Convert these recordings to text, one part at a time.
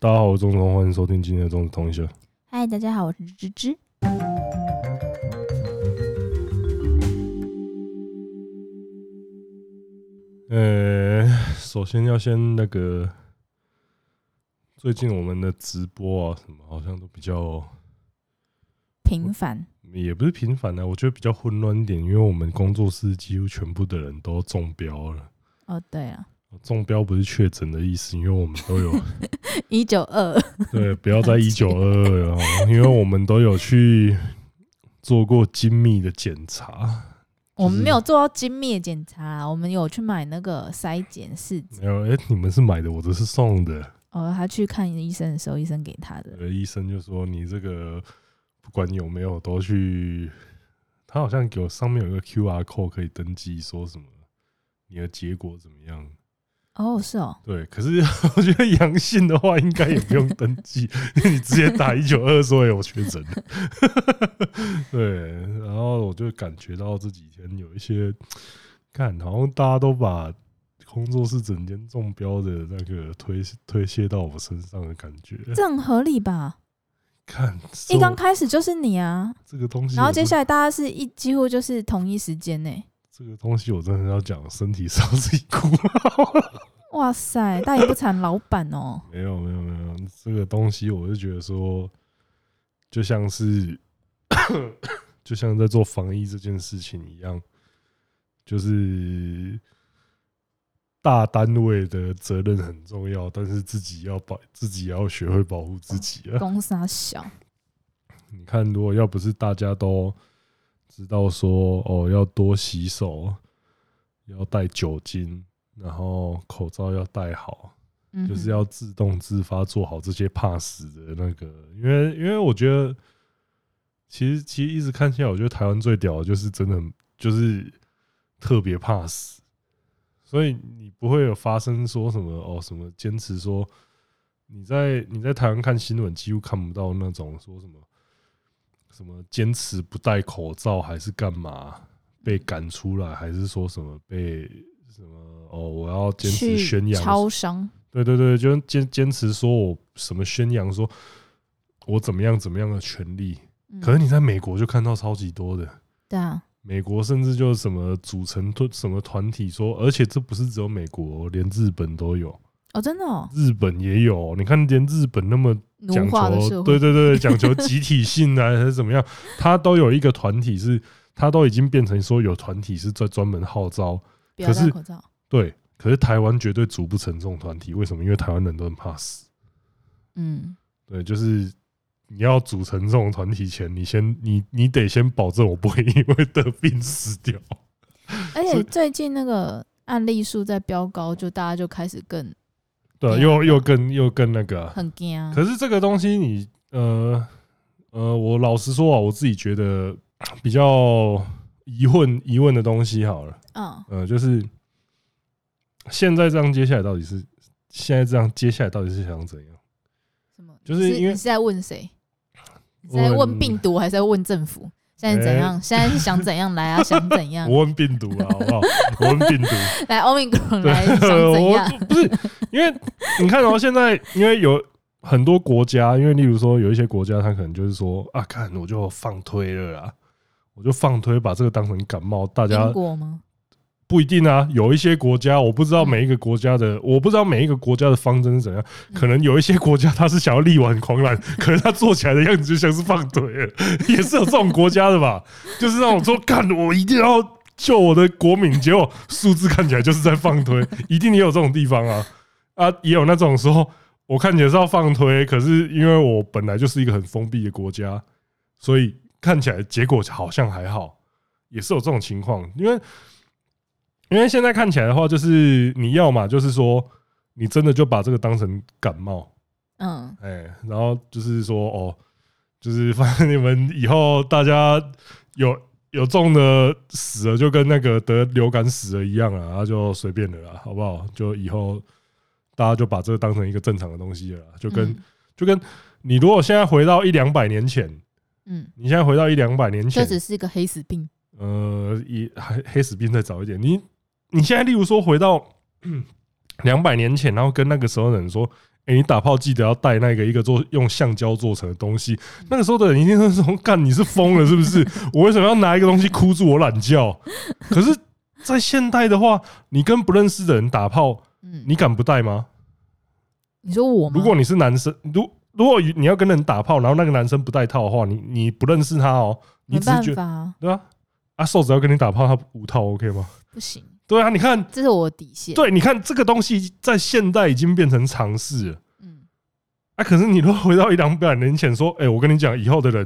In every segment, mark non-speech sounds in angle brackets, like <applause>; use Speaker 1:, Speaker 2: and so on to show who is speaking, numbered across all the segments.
Speaker 1: 大家好，我是钟总，欢迎收听今天的钟子同学。
Speaker 2: 嗨，大家好，我是芝芝。
Speaker 1: 呃，首先要先那个，最近我们的直播啊，什么好像都比较
Speaker 2: 平凡，
Speaker 1: 也不是频繁啊的、我觉得比较混乱一点，因为我们工作室几乎全部的人都中标了。
Speaker 2: 哦，对
Speaker 1: <laughs>
Speaker 2: 了，
Speaker 1: 中标不是确诊的意思，因为我们都有
Speaker 2: 一九二，
Speaker 1: <laughs> 对，不要在
Speaker 2: 了
Speaker 1: 一
Speaker 2: 解
Speaker 1: 九二二了哦，因为我们都有去做过精密的检查，
Speaker 2: 我们没有做到精密的检查啊，我们有去买那个筛检试纸。
Speaker 1: 没有哎、你们是买的，我这是送的。
Speaker 2: 哦，他去看医生的时候，医生给他的。
Speaker 1: 呃，医生就说你这个不管有没有都去，他好像有上面有一个 QR code 可以登记，说什么你的结果怎么样？
Speaker 2: 哦，是哦，
Speaker 1: 对，可是 <laughs> 我觉得阳性的话应该也不用登记，因为你直接打一九二说有确诊了。 <laughs> 对，然后我就感觉到这几天有一些，看好像大家都把工作室整间中标的那个推推卸到我身上的感觉。
Speaker 2: 这很合理吧？
Speaker 1: 看，
Speaker 2: 一
Speaker 1: 这
Speaker 2: 刚开始就是你啊，
Speaker 1: 这个东西，
Speaker 2: 然后接下来大家是一几乎就是同一时间内。
Speaker 1: 这个东西我真的要讲身体上自己哭。
Speaker 2: 哇塞，大言不惭老板
Speaker 1: <laughs>
Speaker 2: 哦，
Speaker 1: 没有没有没有，这个东西我是觉得说，就像是 <coughs> 就像在做防疫这件事情一样，就是大单位的责任很重要，但是自己要保自己也要学会保护自己啊。
Speaker 2: 公司啊小，
Speaker 1: 你看，如果要不是大家都知道说哦，要多洗手，要带酒精，然后口罩要戴好，
Speaker 2: 嗯哼，
Speaker 1: 就是要自动自发做好这些怕死的那个。因为，因为我觉得，其实其实一直看下来，我觉得台湾最屌的就是真的很就是特别怕死，所以你不会有发生说什么哦什么坚持说你在你在台湾看新闻，几乎看不到那种说什么什么坚持不戴口罩还是干嘛被赶出来，还是说什么被什么哦我要坚持
Speaker 2: 去
Speaker 1: 宣扬
Speaker 2: 超商，
Speaker 1: 对对对，就坚坚持说我什么宣扬说我怎么样怎么样的权利，
Speaker 2: 嗯
Speaker 1: 可是你在美国就看到超级多的，
Speaker 2: 对啊，
Speaker 1: 美国甚至就是什么组成团什么团体说，而且这不是只有美国，哦连日本都有，
Speaker 2: 哦，真的哦，
Speaker 1: 日本也有，你看连日本那么
Speaker 2: 奴
Speaker 1: 讲
Speaker 2: 化的社
Speaker 1: 求，
Speaker 2: 会
Speaker 1: 对，对对，讲求集体性啊，还是怎么样，他都有一个团体是，他都已经变成说有团体是在专门号召，
Speaker 2: 不要
Speaker 1: 可是
Speaker 2: 戴口罩。
Speaker 1: 对，可是台湾绝对组不成这种团体，为什么？因为台湾人都很怕死。
Speaker 2: 嗯，
Speaker 1: 对，就是你要组成这种团体前，你先你你得先保证我不会 <laughs> 因为得病死掉。
Speaker 2: 而
Speaker 1: 所
Speaker 2: 且
Speaker 1: 以
Speaker 2: 最近那个案例数在飙高，就大家就开始更
Speaker 1: 对啊，
Speaker 2: 对啊
Speaker 1: 又又更又更那个啊、
Speaker 2: 很惊啊。
Speaker 1: 可是这个东西你呃呃，我老实说啊，我自己觉得比较疑问疑问的东西好了，
Speaker 2: 嗯，
Speaker 1: 呃，就是现在这样，接下来到底是现在这样，接下来到底是想怎样？
Speaker 2: 什么？
Speaker 1: 就
Speaker 2: 你
Speaker 1: 是
Speaker 2: 是
Speaker 1: 因为
Speaker 2: 你是在问谁？你是在问
Speaker 1: 问
Speaker 2: 病毒还是在问政府？现在怎
Speaker 1: 哎
Speaker 2: 样？现在是想怎样来
Speaker 1: <laughs>
Speaker 2: 啊？想怎样
Speaker 1: 我问病毒啊，好不好？我问病毒。
Speaker 2: 来？欧米 i
Speaker 1: 对
Speaker 2: 来想怎样？
Speaker 1: 我不是因为你看哦，现在因为有很多国家，因为例如说有一些国家，他可能就是说啊，看我就放推了啦，我就放推，把这个当成感冒，大
Speaker 2: <laughs>
Speaker 1: 家
Speaker 2: 英国吗？
Speaker 1: 不一定啊。有一些国家，我不知道每一个国家的，我不知道每一个国家的方针是怎样，可能有一些国家他是想要力挽狂澜，可是他做起来的样子就像是放腿了， <laughs> 也是有这种国家的吧？就是那种说，干我一定要救我的国民，结果数字看起来就是在放推，一定也有这种地方啊啊，也有那种说我看起来是要放推，可是因为我本来就是一个很封闭的国家，所以看起来结果好像还好，也是有这种情况，因为。因为现在看起来的话，就是你要嘛，就是说，你真的就把这个当成感冒，
Speaker 2: 嗯，
Speaker 1: 哎、然后就是说哦，就是反正你们以后大家有有中的死了，就跟那个得流感死了一样啊，然后就随便的啦，好不好？就以后大家就把这个当成一个正常的东西了啦，就跟、
Speaker 2: 嗯
Speaker 1: 就跟你如果现在回到一两百年前，
Speaker 2: 嗯，
Speaker 1: 你现在回到一两百年
Speaker 2: 这
Speaker 1: 前，
Speaker 2: 只是一个黑死病。
Speaker 1: 呃，以黑黑死病再早一点，你你现在例如说回到 <clears throat> 两百年前，然后跟那个时候的人说。哎、你打炮记得要带那个一个做用橡胶做成的东西。那个时候的人一定是说：“干，你是疯了是不是？ <laughs> 我为什么要拿一个东西箍住我懒觉？”可是，在现代的话，你跟不认识的人打炮，
Speaker 2: 嗯，
Speaker 1: 你敢不带吗？
Speaker 2: 你说我吗？
Speaker 1: 如果你是男生，如如果你要跟人打炮，然后那个男生不带套的话，你你不认识他哦，你
Speaker 2: 没
Speaker 1: 只是
Speaker 2: 办
Speaker 1: 觉得
Speaker 2: 法啊，
Speaker 1: 对啊，啊瘦子要跟你打炮，他无套 OK 吗？
Speaker 2: 不行，
Speaker 1: 对啊，你看，
Speaker 2: 这是我的底线。
Speaker 1: 对，你看这个东西在现代已经变成常识了
Speaker 2: 嗯，
Speaker 1: 啊。可是你如果回到一两百年前说，哎、我跟你讲，以后的人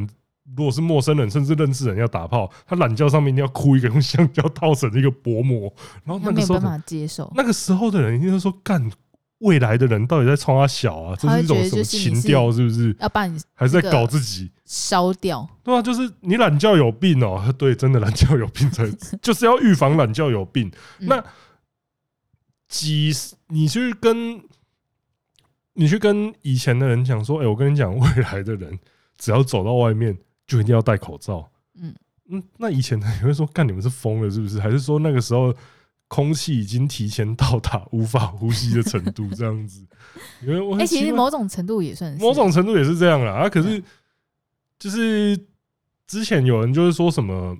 Speaker 1: 如果是陌生人，甚至认识人要打炮，他懒觉上面一定要箍一个用橡胶套成的一个薄膜，然后哦那
Speaker 2: 他
Speaker 1: 个
Speaker 2: 没有
Speaker 1: 时候
Speaker 2: 办
Speaker 1: 的
Speaker 2: 法接受，
Speaker 1: 那个时候的人一定是说干。未来的人到底在冲他小啊？这
Speaker 2: 他会
Speaker 1: 是一种
Speaker 2: 觉得
Speaker 1: 什么
Speaker 2: 就是你
Speaker 1: 情
Speaker 2: 是
Speaker 1: 调？是不是？
Speaker 2: 要把你
Speaker 1: 还是
Speaker 2: 这
Speaker 1: 在
Speaker 2: 个
Speaker 1: 搞自己？
Speaker 2: 烧掉。
Speaker 1: 对啊，就是你懒觉有病哦、 <laughs> 对，真的懒觉有病，才就是要预防懒觉有病。
Speaker 2: 嗯
Speaker 1: 那几十你去跟你去跟以前的人讲说，哎、我跟你讲，未来的人只要走到外面就一定要戴口罩。嗯
Speaker 2: 嗯
Speaker 1: 嗯，那以前的人会说，干你们是疯了是不是？还是说那个时候空气已经提前到达无法呼吸的程度这样子？因为我
Speaker 2: <laughs> 哎、
Speaker 1: 很
Speaker 2: 其
Speaker 1: 奇
Speaker 2: 实
Speaker 1: 怪
Speaker 2: 某种程度也算是
Speaker 1: 某种程度也是这样啦。啊，可是就是之前有人就是说什么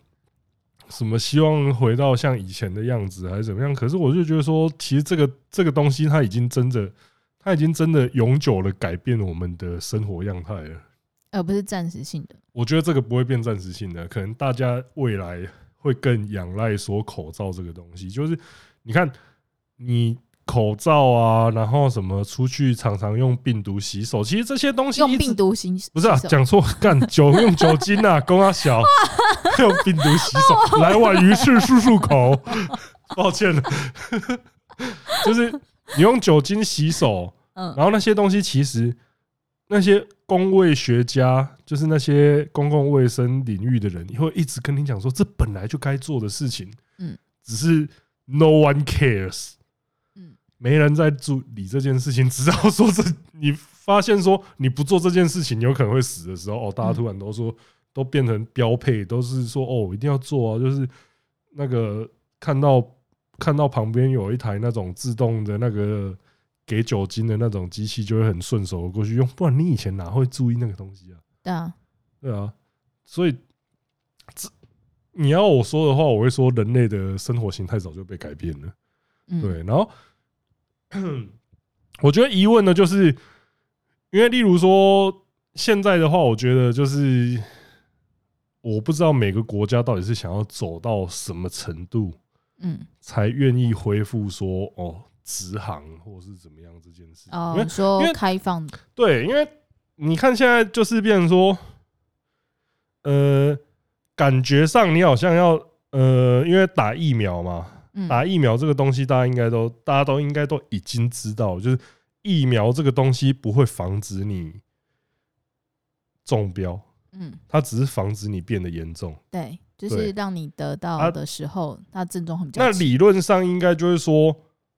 Speaker 1: 什么希望回到像以前的样子还是怎么样，可是我就觉得说，其实这个这个东西它已经真的，它已经真的永久的改变我们的生活样态了。
Speaker 2: 而呃不是暂时性的。
Speaker 1: 我觉得这个不会变暂时性的，可能大家未来会更仰赖说口罩这个东西。就是你看，你口罩啊，然后什么出去常常用病毒洗手，其实这些东西
Speaker 2: 用
Speaker 1: 一直
Speaker 2: 病毒型
Speaker 1: 不是啊，
Speaker 2: 洗手
Speaker 1: 讲错，干酒用酒精
Speaker 2: <laughs>
Speaker 1: 啊，公阿小用病毒洗手，来碗鱼翅漱漱口， <laughs> 抱歉 <laughs> 了，就是你用酒精洗手，
Speaker 2: 嗯
Speaker 1: 然后那些东西其实那些公卫学家，就是那些公共卫生领域的人，会一直跟你讲说，这本来就该做的事情，
Speaker 2: 嗯，
Speaker 1: 只是 no one cares，
Speaker 2: 嗯
Speaker 1: 没人在注理这件事情，直到说这你发现说你不做这件事情，有可能会死的时候，哦，大家
Speaker 2: 嗯
Speaker 1: 突然都说都变成标配，都是说哦，我一定要做啊，就是那个看到看到旁边有一台那种自动的那个给酒精的那种机器，就会很顺手地过去用，不然你以前哪会注意那个东西啊？
Speaker 2: 对啊，
Speaker 1: 对啊，所以这你要我说的话，我会说人类的生活形态早就被改变了。
Speaker 2: 嗯，
Speaker 1: 对，然后 <clears throat> 我觉得疑问呢，就是因为例如说现在的话，我觉得就是我不知道每个国家到底是想要走到什么程度，
Speaker 2: 嗯，
Speaker 1: 才愿意恢复说哦直航或是怎么样这件事情。
Speaker 2: 哦
Speaker 1: 因，为
Speaker 2: 你说
Speaker 1: 因为
Speaker 2: 开放，
Speaker 1: 对，因为你看现在就是变成说，呃，感觉上你好像要呃，因为打疫苗嘛，
Speaker 2: 嗯，
Speaker 1: 打啊疫苗这个东西，大家应该都大家都应该都已经知道，就是疫苗这个东西不会防止你中标，
Speaker 2: 嗯，
Speaker 1: 它只是防止你变得严重。
Speaker 2: 对，就
Speaker 1: 对
Speaker 2: 是让你得
Speaker 1: 啊
Speaker 2: 到的时候，它症状会比较
Speaker 1: 那
Speaker 2: 轻
Speaker 1: 理论上应该就是说，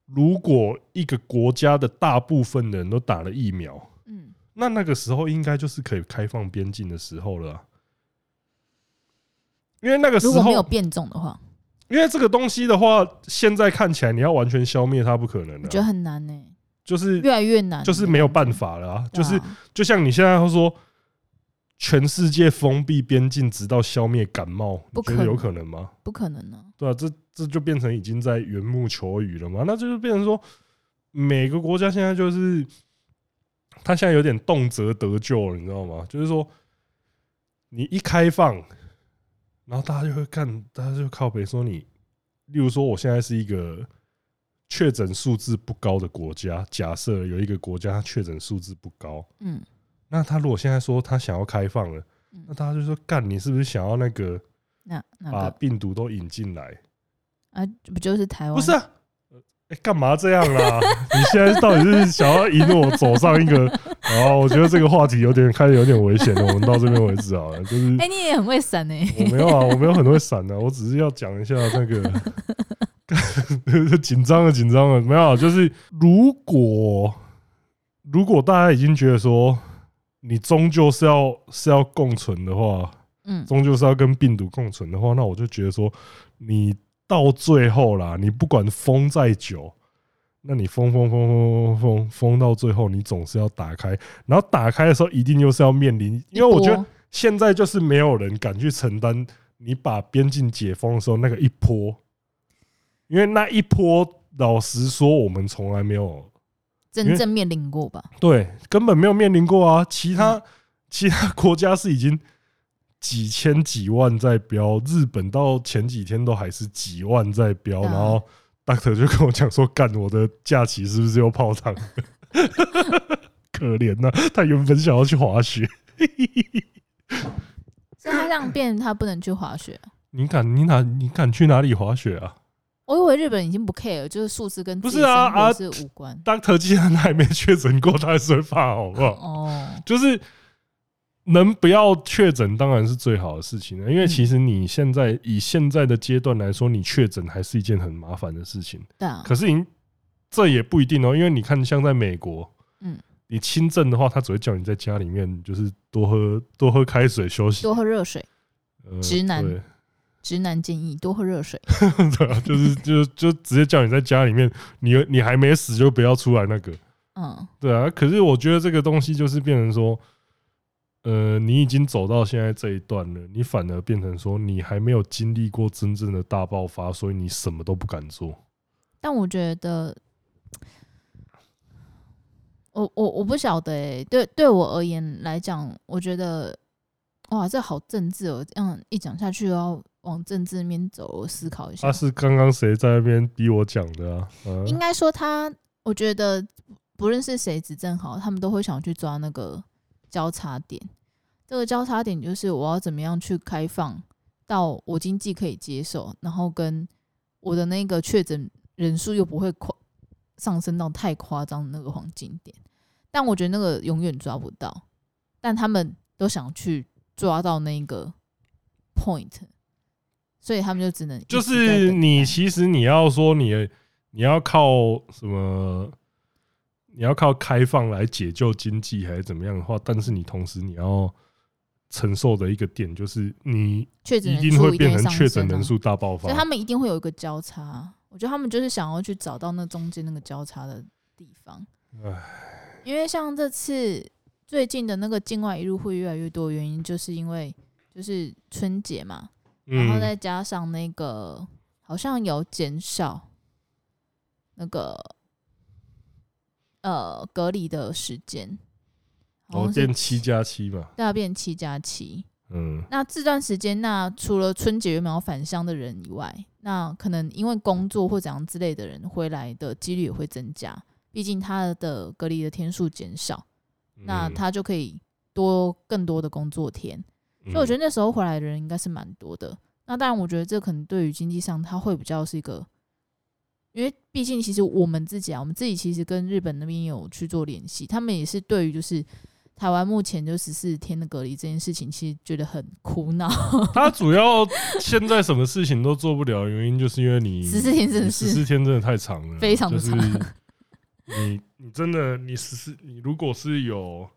Speaker 1: 如果一个国家的大部分人都打了疫苗，
Speaker 2: 嗯，
Speaker 1: 那那个时候应该就是可以开放边境的时候了啊、因为那个时
Speaker 2: 如果
Speaker 1: 候
Speaker 2: 没有，变种的话，
Speaker 1: 因为这个东西的话，现在看起来你要完全消灭它不可能
Speaker 2: 我
Speaker 1: 的
Speaker 2: 觉
Speaker 1: 啊、
Speaker 2: 得很难呢、
Speaker 1: 就是
Speaker 2: 越来越难，
Speaker 1: 就是没有办法了、啊，
Speaker 2: 对
Speaker 1: 就
Speaker 2: 啊，
Speaker 1: 是就像你现在说，全世界封闭边境，直到消灭感冒，你
Speaker 2: 不
Speaker 1: 觉
Speaker 2: 可
Speaker 1: 得有
Speaker 2: 能
Speaker 1: 可能吗？
Speaker 2: 不可能呢、
Speaker 1: 对啊，这这就变成已经在缘木求鱼了嘛？那这就变成说，每个国家现在就是，他现在有点动辄得咎了，你知道吗？就是说，你一开放，然后大家就会看，大家就靠北说你，例如说，我现在是一个确诊数字不高的国家，假设有一个国家它确诊数字不高，
Speaker 2: 嗯，
Speaker 1: 那他如果现在说他想要开放了
Speaker 2: 嗯，
Speaker 1: 那大家就说干，你是不是想要那个
Speaker 2: 那那
Speaker 1: 把
Speaker 2: 个
Speaker 1: 病毒都引进来？
Speaker 2: 啊，这不就是台湾？
Speaker 1: 不是啊，哎、干嘛这样啦？ <laughs> 你现在到底是想要引我走上一个？然后我觉得这个话题有点开始有点危险了，我们到这边为止好了。
Speaker 2: <laughs>
Speaker 1: 就是
Speaker 2: 哎、你也很会闪
Speaker 1: <laughs>
Speaker 2: 呢、
Speaker 1: 我没有啊，我没有很会闪的、我只是要讲一下那个 <laughs> 干紧张了，紧张了，没有啊，就是如果如果大家已经觉得说你终究是要是要共存的话，
Speaker 2: 嗯，
Speaker 1: 终究是要跟病毒共存的话，那我就觉得说，你到最后啦，你不管封再久，那你封封封封封封封到最后，你总是要打开，然后打开的时候一定又是要面临，因为我觉得
Speaker 2: 一
Speaker 1: 现在就是没有人敢去承担你把边境解封的时候那个一波，因为那一波，老实说，我们从来没有
Speaker 2: 真正面临过吧？
Speaker 1: 对，根本没有面临过啊。其他、其他国家是已经几千几万在标，日本到前几天都还是几万在标，
Speaker 2: 对啊
Speaker 1: 然后 Doctor 就跟我讲说：“干，我的假期是不是又泡汤？” <laughs> 可怜呐、他原本想要去滑雪。
Speaker 2: 所以他让变他不能去滑雪。啊
Speaker 1: 你敢你哪你敢去哪里滑雪啊
Speaker 2: 我以为日本已经不 care，就是素食跟自己
Speaker 1: 不是啊
Speaker 2: 生活
Speaker 1: 啊
Speaker 2: 是无
Speaker 1: <laughs>
Speaker 2: 关。
Speaker 1: ？Doctor 既然还没确诊过，他还是会怕，好不好？
Speaker 2: 哦，
Speaker 1: 就是能不要确诊当然是最好的事情啊了，因为
Speaker 2: 嗯
Speaker 1: 其实你现在以现在的阶段来说，你确诊还是一件很麻烦的事情。
Speaker 2: 对啊，
Speaker 1: 可是你这也不一定哦、因为你看，像在美国，
Speaker 2: 嗯，
Speaker 1: 你轻症的话，他只会叫你在家里面就是多喝多喝开水休息。
Speaker 2: 多喝热水，
Speaker 1: 呃
Speaker 2: 直男
Speaker 1: 对 <laughs>
Speaker 2: 直男建议多喝热水。
Speaker 1: 对啊，就是就就直接叫你在家里面，你你还没死就不要出来那个。
Speaker 2: 嗯，
Speaker 1: 对啊，可是我觉得这个东西就是变成说，呃，你已经走到现在这一段了，你反而变成说你还没有经历过真正的大爆发，所以你什么都不敢做。
Speaker 2: 但我觉得，我我我不晓得欸、对对我而言来讲，我觉得哇，这好政治哦，这样一讲下去又要往政治面走，我思考一下。
Speaker 1: 他、啊是刚刚谁在那边逼我讲的啊？嗯、
Speaker 2: 应该说他，我觉得不论是谁执政好，他们都会想去抓那个交叉点。这个交叉点就是我要怎么样去开放到我经济可以接受，然后跟我的那个确诊人数又不会夸上升到太夸张的那个黄金点。但我觉得那个永远抓不到，但他们都想去抓到那个 point，所以他们就只能一
Speaker 1: 就
Speaker 2: 直在
Speaker 1: 是
Speaker 2: 等
Speaker 1: 你
Speaker 2: 待
Speaker 1: 其实你要说你你要靠什么？你要靠开放来解救经济还是怎么样的话，但是你同时你要承受的一个点就是你
Speaker 2: 确诊
Speaker 1: 一
Speaker 2: 人
Speaker 1: 定
Speaker 2: 数
Speaker 1: 会变成
Speaker 2: 上
Speaker 1: 确诊
Speaker 2: 升啊
Speaker 1: 人数大爆发
Speaker 2: 所以。他们一定会有一个交叉。我觉得他们就是想要去找到那中间那个交叉的地方
Speaker 1: 唉。
Speaker 2: 因为像这次最近的那个境外一路会越来越多，原因就是因为就是春节嘛，然后
Speaker 1: 嗯
Speaker 2: 再加上那个好像有减少那个呃隔离的时间，好
Speaker 1: 哦，
Speaker 2: 像是
Speaker 1: 变七加七嘛，
Speaker 2: 对啊变七加七。
Speaker 1: 嗯，
Speaker 2: 那这段时间，那除了春节有没有返乡的人以外，那可能因为工作或怎样之类的人回来的几率也会增加，毕竟他的隔离的天数减少，那
Speaker 1: 嗯，
Speaker 2: 他就可以多更多的工作天。所以我觉
Speaker 1: 得，
Speaker 2: 得那时候回来的人应该是蛮多的。那当然，我觉得这可能对于经济上，它会比较是一个，因为毕竟其实我们自己啊，我们自己其实跟日本那边有去做联系，他们也是对于就是台湾目前就十四天的隔离这件事情，其实觉得很苦恼。
Speaker 1: <laughs> 他主要现在什么事情都做不了，原因就是因为 <laughs> 你
Speaker 2: 14天真的是
Speaker 1: 十四天真的太长了，
Speaker 2: 非常的长
Speaker 1: 就是 <laughs> 你你真的你十四，你如果是有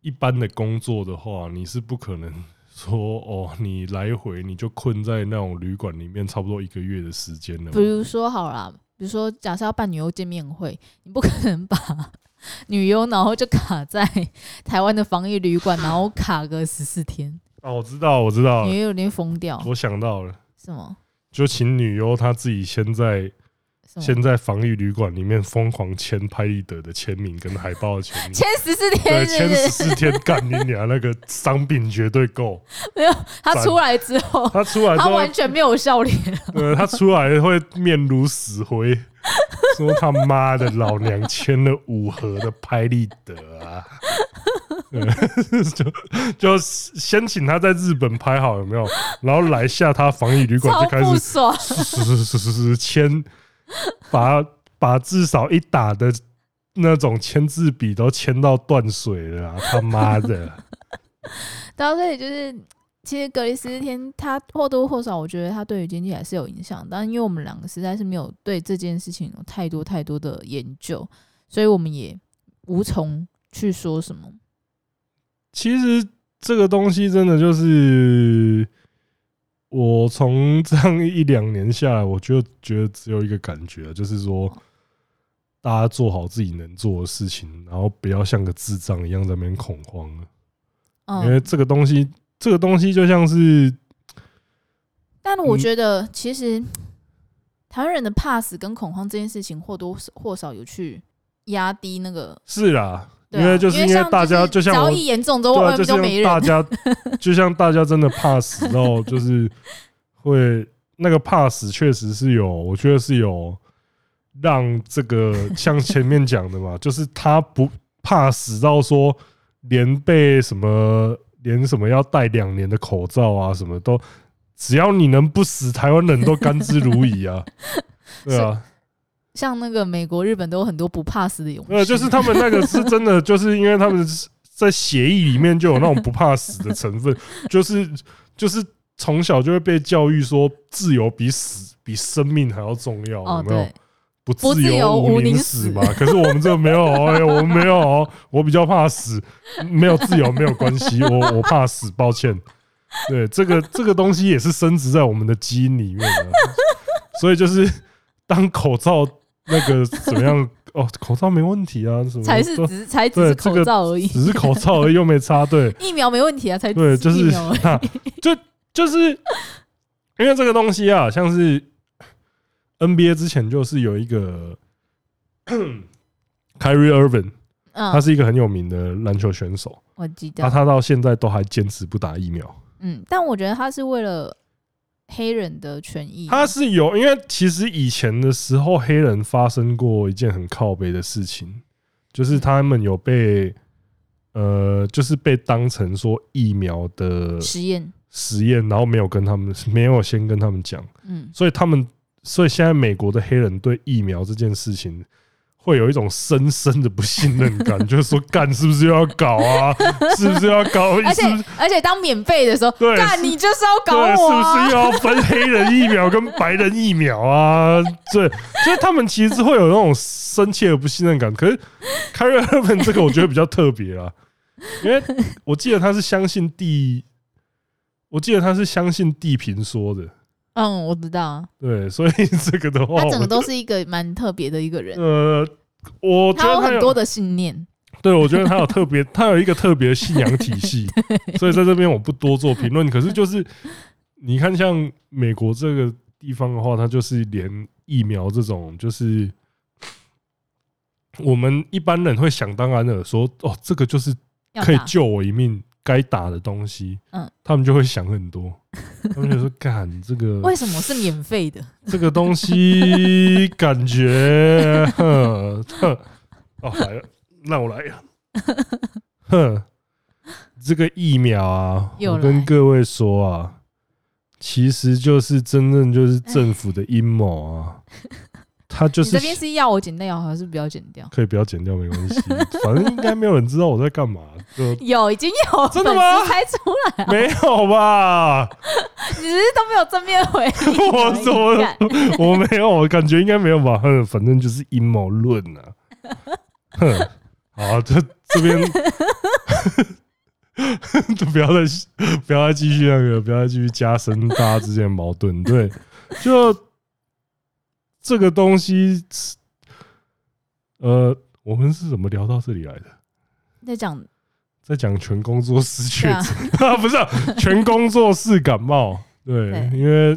Speaker 1: 一般的工作的话，你是不可能说哦，你来回你就困在那种旅馆里面差不多一个月的时间了嘛。
Speaker 2: 比如说好啦，比如说假设要办女优见面会，你不可能把 <laughs> 女优然后就卡在 <laughs> 台湾的防疫旅馆，然后卡个十四天，
Speaker 1: 哦，我知道，我知道了，
Speaker 2: 女优有点疯掉，
Speaker 1: 我想到了，
Speaker 2: 什么
Speaker 1: 就请女优她自己先在
Speaker 2: 什么
Speaker 1: 现在防疫旅馆里面疯狂签拍立得的签名跟海报的签名，
Speaker 2: 签十四天
Speaker 1: 对，
Speaker 2: 是
Speaker 1: 签
Speaker 2: 不
Speaker 1: 十
Speaker 2: 是？
Speaker 1: 四天干你娘，那个伤病绝对够。
Speaker 2: 没有，他出来之后，
Speaker 1: 他出来之
Speaker 2: 他
Speaker 1: 后
Speaker 2: 完，全没有笑脸。
Speaker 1: 呃，他出来会面如死灰，说他妈的老娘签了五盒的拍立得啊！ <laughs> 呃 <laughs> 就就先请他在日本拍好有没有？然后来下他防疫旅馆
Speaker 2: 超
Speaker 1: 就开始
Speaker 2: 不爽，
Speaker 1: <laughs> 是是是是是签，把把至少一打的那种签字笔都签到断水了啊、他妈的！
Speaker 2: 然后啊所以就是，其实隔离十四天，他或多或少，我觉得他对于经济还是有影响。但因为我们两个实在是没有对这件事情有太多太多的研究，所以我们也无从去说什么。
Speaker 1: 其实这个东西真的就是，我从这样一两年下来，我就觉得只有一个感觉，就是说，大家做好自己能做的事情，然后不要像个智障一样在那边恐慌了。因为
Speaker 2: 嗯，
Speaker 1: 这个东西，这个东西就像是
Speaker 2: 但我
Speaker 1: 嗯
Speaker 2: 觉得其实台湾人的怕死跟恐慌这件事情，或多或少有去压低那个。
Speaker 1: 是啦，
Speaker 2: 对啊
Speaker 1: 因为就是因为
Speaker 2: 像
Speaker 1: 大家
Speaker 2: 就
Speaker 1: 就是像
Speaker 2: 只要
Speaker 1: 我
Speaker 2: 一严重之后，
Speaker 1: 对
Speaker 2: 外
Speaker 1: 啊，
Speaker 2: 面
Speaker 1: 就是
Speaker 2: 都呃没
Speaker 1: 像大
Speaker 2: 人。
Speaker 1: 家 <laughs> 就像大家真的怕死到就是会那个怕死，确实是有，我觉得是有让这个像前面讲的嘛， <laughs> 就是他不怕死到说连被什么连什么要戴两年的口罩啊，什么都只要你能不死，台湾人都甘之如饴啊，对啊。
Speaker 2: 像那个美国、日本都有很多不怕死的勇士。
Speaker 1: 呃，就是他们那个是真的，就是因为他们是在协议里面就有那种不怕死的成
Speaker 2: <laughs>
Speaker 1: 分，就是就是从小就会被教育说自由比死比生命还要重要，
Speaker 2: 哦
Speaker 1: 有，没有
Speaker 2: 对？，
Speaker 1: 不
Speaker 2: 不
Speaker 1: 自
Speaker 2: 自由无
Speaker 1: 无
Speaker 2: 宁
Speaker 1: 死
Speaker 2: 死
Speaker 1: 嘛。可是我们这没有，哎，我们没有哦，我比较怕死，没有自由没有关系，我我怕死，抱歉。对，这个这个东西也是升值在我们的基因里面的，所以就是当口罩那个怎么样哦，口罩没问题啊，什么
Speaker 2: 才是
Speaker 1: 都
Speaker 2: 只 <laughs> 才只
Speaker 1: 对
Speaker 2: 是
Speaker 1: 这
Speaker 2: 口
Speaker 1: 个
Speaker 2: 罩而已，
Speaker 1: 只是口罩而已，又没插对，
Speaker 2: 疫苗没问题啊，才
Speaker 1: 对，
Speaker 2: 只
Speaker 1: 就是
Speaker 2: 疫
Speaker 1: 是
Speaker 2: 苗而已。
Speaker 1: <laughs> 啊，就就是因为这个东西啊，像是 NBA 之前就是有一个 <clears throat> Kyrie Irving，他
Speaker 2: 嗯，啊
Speaker 1: 是一个很有名的篮球选手，
Speaker 2: 我记
Speaker 1: 那
Speaker 2: 得。
Speaker 1: 他到现在都还坚持不打疫苗。
Speaker 2: 嗯，但我觉得他是为了黑人的权益。
Speaker 1: 他是有，因为其实以前的时候，黑人发生过一件很靠北的事情，就是他们有被呃，就是被当成说疫苗的
Speaker 2: 实验，
Speaker 1: 实验，然后没有跟他们，没有先跟他们讲。
Speaker 2: 嗯，
Speaker 1: 所以他们，所以现在美国的黑人对疫苗这件事情，会有一种深深的不信任
Speaker 2: <laughs>
Speaker 1: 感，就是说，干是不是又要搞啊？ <laughs> 是不是又要搞？
Speaker 2: 而且
Speaker 1: 是不是
Speaker 2: 而且当免费的时候，
Speaker 1: 对
Speaker 2: 干
Speaker 1: 是
Speaker 2: 你就是要搞
Speaker 1: 对，
Speaker 2: 我、
Speaker 1: 是不
Speaker 2: 啊
Speaker 1: 是，又要分黑人疫苗跟白人疫苗啊？ <laughs> 对，就是他们其实会有那种深切的不信任感。可是凯瑞尔本这个，我觉得比较特别啦， <laughs> 因为我记得他是相信地，我记得他是相信地平说的。
Speaker 2: 嗯，我知道啊，
Speaker 1: 对，所以这个的话，
Speaker 2: 他整
Speaker 1: 我
Speaker 2: 个都是一个蛮特别的一个人，
Speaker 1: 呃，我觉
Speaker 2: 他有
Speaker 1: 得他
Speaker 2: 很
Speaker 1: 有
Speaker 2: 多的信念。
Speaker 1: 对我觉得他有特
Speaker 2: <laughs>
Speaker 1: 别，他有一个特别的信仰体系，所以在这边我不多做评论。可是就是你看，像美国这个地方的话，它就是连疫苗这种，就是我们一般人会想当然的说，哦，这个就是
Speaker 2: 要
Speaker 1: 可以
Speaker 2: 打
Speaker 1: 救我一命，该打的东西，
Speaker 2: 嗯
Speaker 1: 他们就会想很多，他们就说，干这
Speaker 2: <laughs>
Speaker 1: 个
Speaker 2: 为什么是免费的？ <laughs>
Speaker 1: 这个东西感觉， <laughs> 哼，哼哦来了，那我来了，哼，这个疫苗啊，
Speaker 2: 又
Speaker 1: 我
Speaker 2: 来
Speaker 1: 跟各位说啊，其实就是真正就是政府的阴谋啊，他就
Speaker 2: 你
Speaker 1: 是
Speaker 2: 这边是要我剪掉还是不要剪掉？
Speaker 1: 可以不要剪掉没关系，反正应该没有人知道我在干嘛，就
Speaker 2: <laughs> 有，已经有
Speaker 1: 真的
Speaker 2: 粉
Speaker 1: 吗
Speaker 2: 丝猜出来，
Speaker 1: 没有吧？
Speaker 2: 你只是都没有正面回
Speaker 1: <laughs>
Speaker 2: 应
Speaker 1: 我
Speaker 2: 而已。
Speaker 1: 怎么
Speaker 2: 干
Speaker 1: <laughs> 我没有，我感觉应该没有吧，哼，反正就是阴谋论啊。哼，好，这这边 <laughs> 就不要再不要再继续那个，不要再继续加深大家之间的矛盾。对，就这个东西，呃，我们是怎么聊到这里来的？
Speaker 2: 在讲
Speaker 1: 在讲全工作室确
Speaker 2: 对
Speaker 1: 诊
Speaker 2: 啊，
Speaker 1: 啊， <laughs> 不是、啊、全工作室感冒，对，
Speaker 2: 对
Speaker 1: 因为